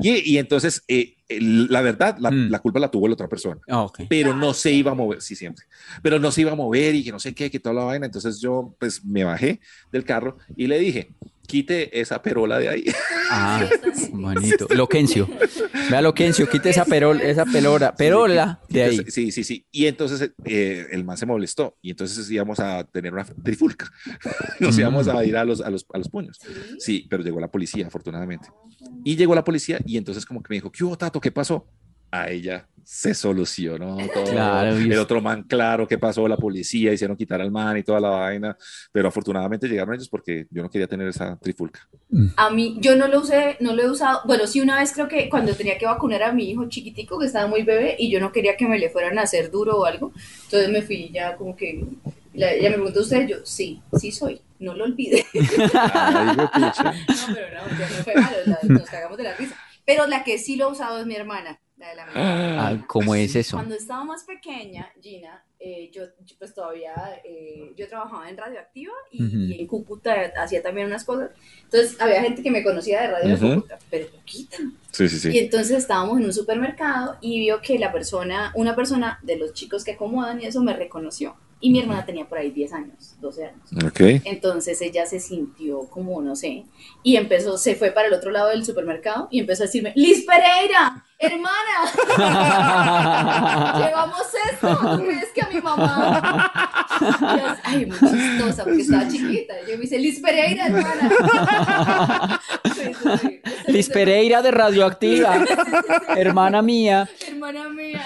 Speaker 1: Y, y entonces, eh, el- la verdad, la,
Speaker 3: Mm.
Speaker 1: la culpa la tuvo la otra persona.
Speaker 3: Ah, ok.
Speaker 1: Pero no se iba a mover, sí, siempre. Pero no se iba a mover y que no sé qué, que toda la vaina. Entonces yo, pues, me bajé del carro y le dije, quite esa perola de ahí.
Speaker 3: Ah, manito. Loquencio. Vea, Loquencio, quite esa perola, esa pelora, perola de ahí.
Speaker 1: Entonces, sí, sí, sí. Y entonces eh, el man se molestó y entonces íbamos a tener una trifulca. Nos íbamos a ir a los, a los, a los puños. Sí, pero llegó la policía, afortunadamente. Y llegó la policía y entonces como que me dijo, ¿qué hubo, Tato? ¿Qué pasó? a ella se solucionó todo. Claro, el otro man, claro, que pasó? La policía hicieron quitar al man y toda la vaina, pero afortunadamente llegaron ellos porque yo no quería tener esa trifulca.
Speaker 2: A mí, yo no lo usé, no lo he usado. Bueno, sí, una vez creo que cuando tenía que vacunar a mi hijo chiquitico que estaba muy bebé y yo no quería que me le fueran a hacer duro o algo, entonces me fui ya como que. La, ella me preguntó, ¿usted? Yo, sí, sí soy, no lo olvide. Ay, no, pero no, ya no fue malo, la, nos cagamos de la risa. Pero la que sí lo ha usado es mi hermana. La de la
Speaker 3: ah, ¿Cómo es eso?
Speaker 2: Cuando estaba más pequeña, Gina, eh, yo, yo, pues todavía, eh, yo trabajaba en Radioactiva y, uh -huh. y en Cúcuta hacía también unas cosas. Entonces había gente que me conocía de Radio uh -huh. Cúcuta, pero poquita.
Speaker 1: Sí, sí, sí.
Speaker 2: Y entonces estábamos en un supermercado y vio que la persona, una persona de los chicos que acomodan y eso me reconoció. Y mi hermana tenía por ahí 10 años, 12 años.
Speaker 1: Okay.
Speaker 2: Entonces ella se sintió como, no sé, y empezó, se fue para el otro lado del supermercado y empezó a decirme, Liz Pereira, hermana, llevamos esto, ¿Tú crees que a mi mamá? Yo, ay, muy chistosa, porque estaba chiquita. Yo me dice, Liz Pereira, hermana.
Speaker 3: Liz Pereira de Radioactiva, hermana mía.
Speaker 2: Hermana mía.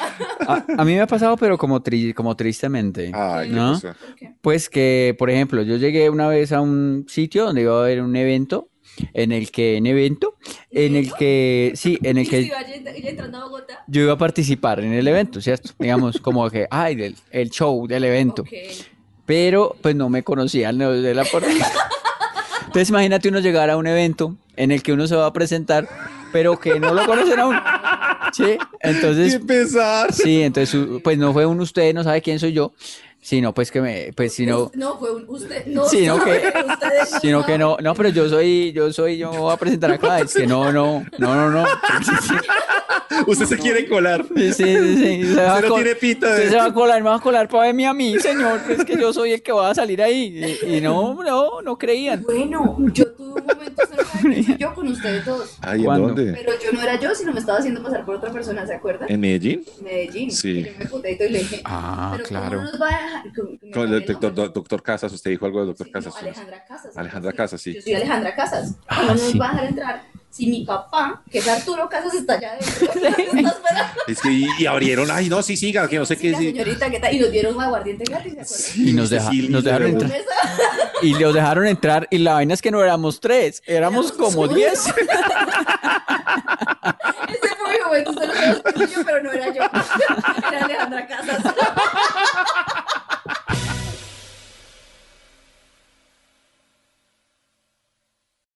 Speaker 3: A, a, mí me ha pasado, pero como, tri, como tristemente.
Speaker 1: Ay,
Speaker 3: ¿no?
Speaker 1: Ah, qué
Speaker 3: Pues que, por ejemplo, yo llegué una vez a un sitio donde iba a haber un evento en el que en evento en el que sí en el que yo iba a participar en el evento cierto digamos como que ay del el show del evento
Speaker 2: Okay.
Speaker 3: pero pues no me conocían no, de la por- entonces imagínate uno llegar a un evento en el que uno se va a presentar pero que no lo conocen aún sí entonces
Speaker 1: Qué pesar.
Speaker 3: sí entonces pues no fue un usted no sabe quién soy yo sino pues que me pues sino
Speaker 2: No, fue un usted. No,
Speaker 3: Sino
Speaker 2: sabe,
Speaker 3: que-
Speaker 2: ustedes
Speaker 3: Sino que no, no, pero yo soy, yo soy, yo me voy a presentar acá. Es que no, no, no, no, no.
Speaker 1: Usted se quiere colar.
Speaker 3: Sí, sí, sí, sí, se va a
Speaker 1: Usted no
Speaker 3: col-
Speaker 1: tiene pinta de-
Speaker 3: Usted se va a colar, me va a colar para verme a mí, señor. Es que yo soy el que va a salir ahí. Y, y no, no, no creían.
Speaker 2: Bueno, yo tuve un momento cerca de que fui yo con ustedes dos.
Speaker 1: Ay, ¿en
Speaker 3: ¿Cuándo?
Speaker 1: dónde?
Speaker 2: Pero yo no era yo, sino me estaba haciendo pasar por otra persona, ¿se acuerdan?
Speaker 1: ¿En Medellín?
Speaker 2: Medellín.
Speaker 1: Sí.
Speaker 2: Y yo me puteé y todo y le dije,
Speaker 3: Ah,
Speaker 2: pero ¿cómo
Speaker 3: claro.
Speaker 2: nos va a dejar? Con, con-
Speaker 1: Con
Speaker 2: con
Speaker 1: el doctor, do- doctor Casas, usted dijo algo del doctor
Speaker 2: Sí, no,
Speaker 1: Casas. sí.
Speaker 2: Alejandra Casas.
Speaker 1: Alejandra Casas, sí.
Speaker 2: Yo soy Alejandra Casas.
Speaker 3: Ah,
Speaker 2: ¿Cómo
Speaker 3: sí.
Speaker 2: nos va a dejar entrar? Si mi papá, que es Arturo Casas, está allá adentro. Está esperando.
Speaker 1: Es que y, y abrieron, ay, no, sí, siga, que no sé
Speaker 2: Sí,
Speaker 1: qué.
Speaker 2: la
Speaker 1: sí.
Speaker 2: señorita que está- Y nos dieron un aguardiente gratis, ¿se acuerdan?
Speaker 3: Y nos deja-
Speaker 1: Cecilia,
Speaker 3: nos dejaron
Speaker 1: pero-
Speaker 3: entrar. Y los dejaron entrar. Y la vaina es que no éramos tres, éramos como diez.
Speaker 2: Ese fue mi momento, solo era tuyo, pero no era yo.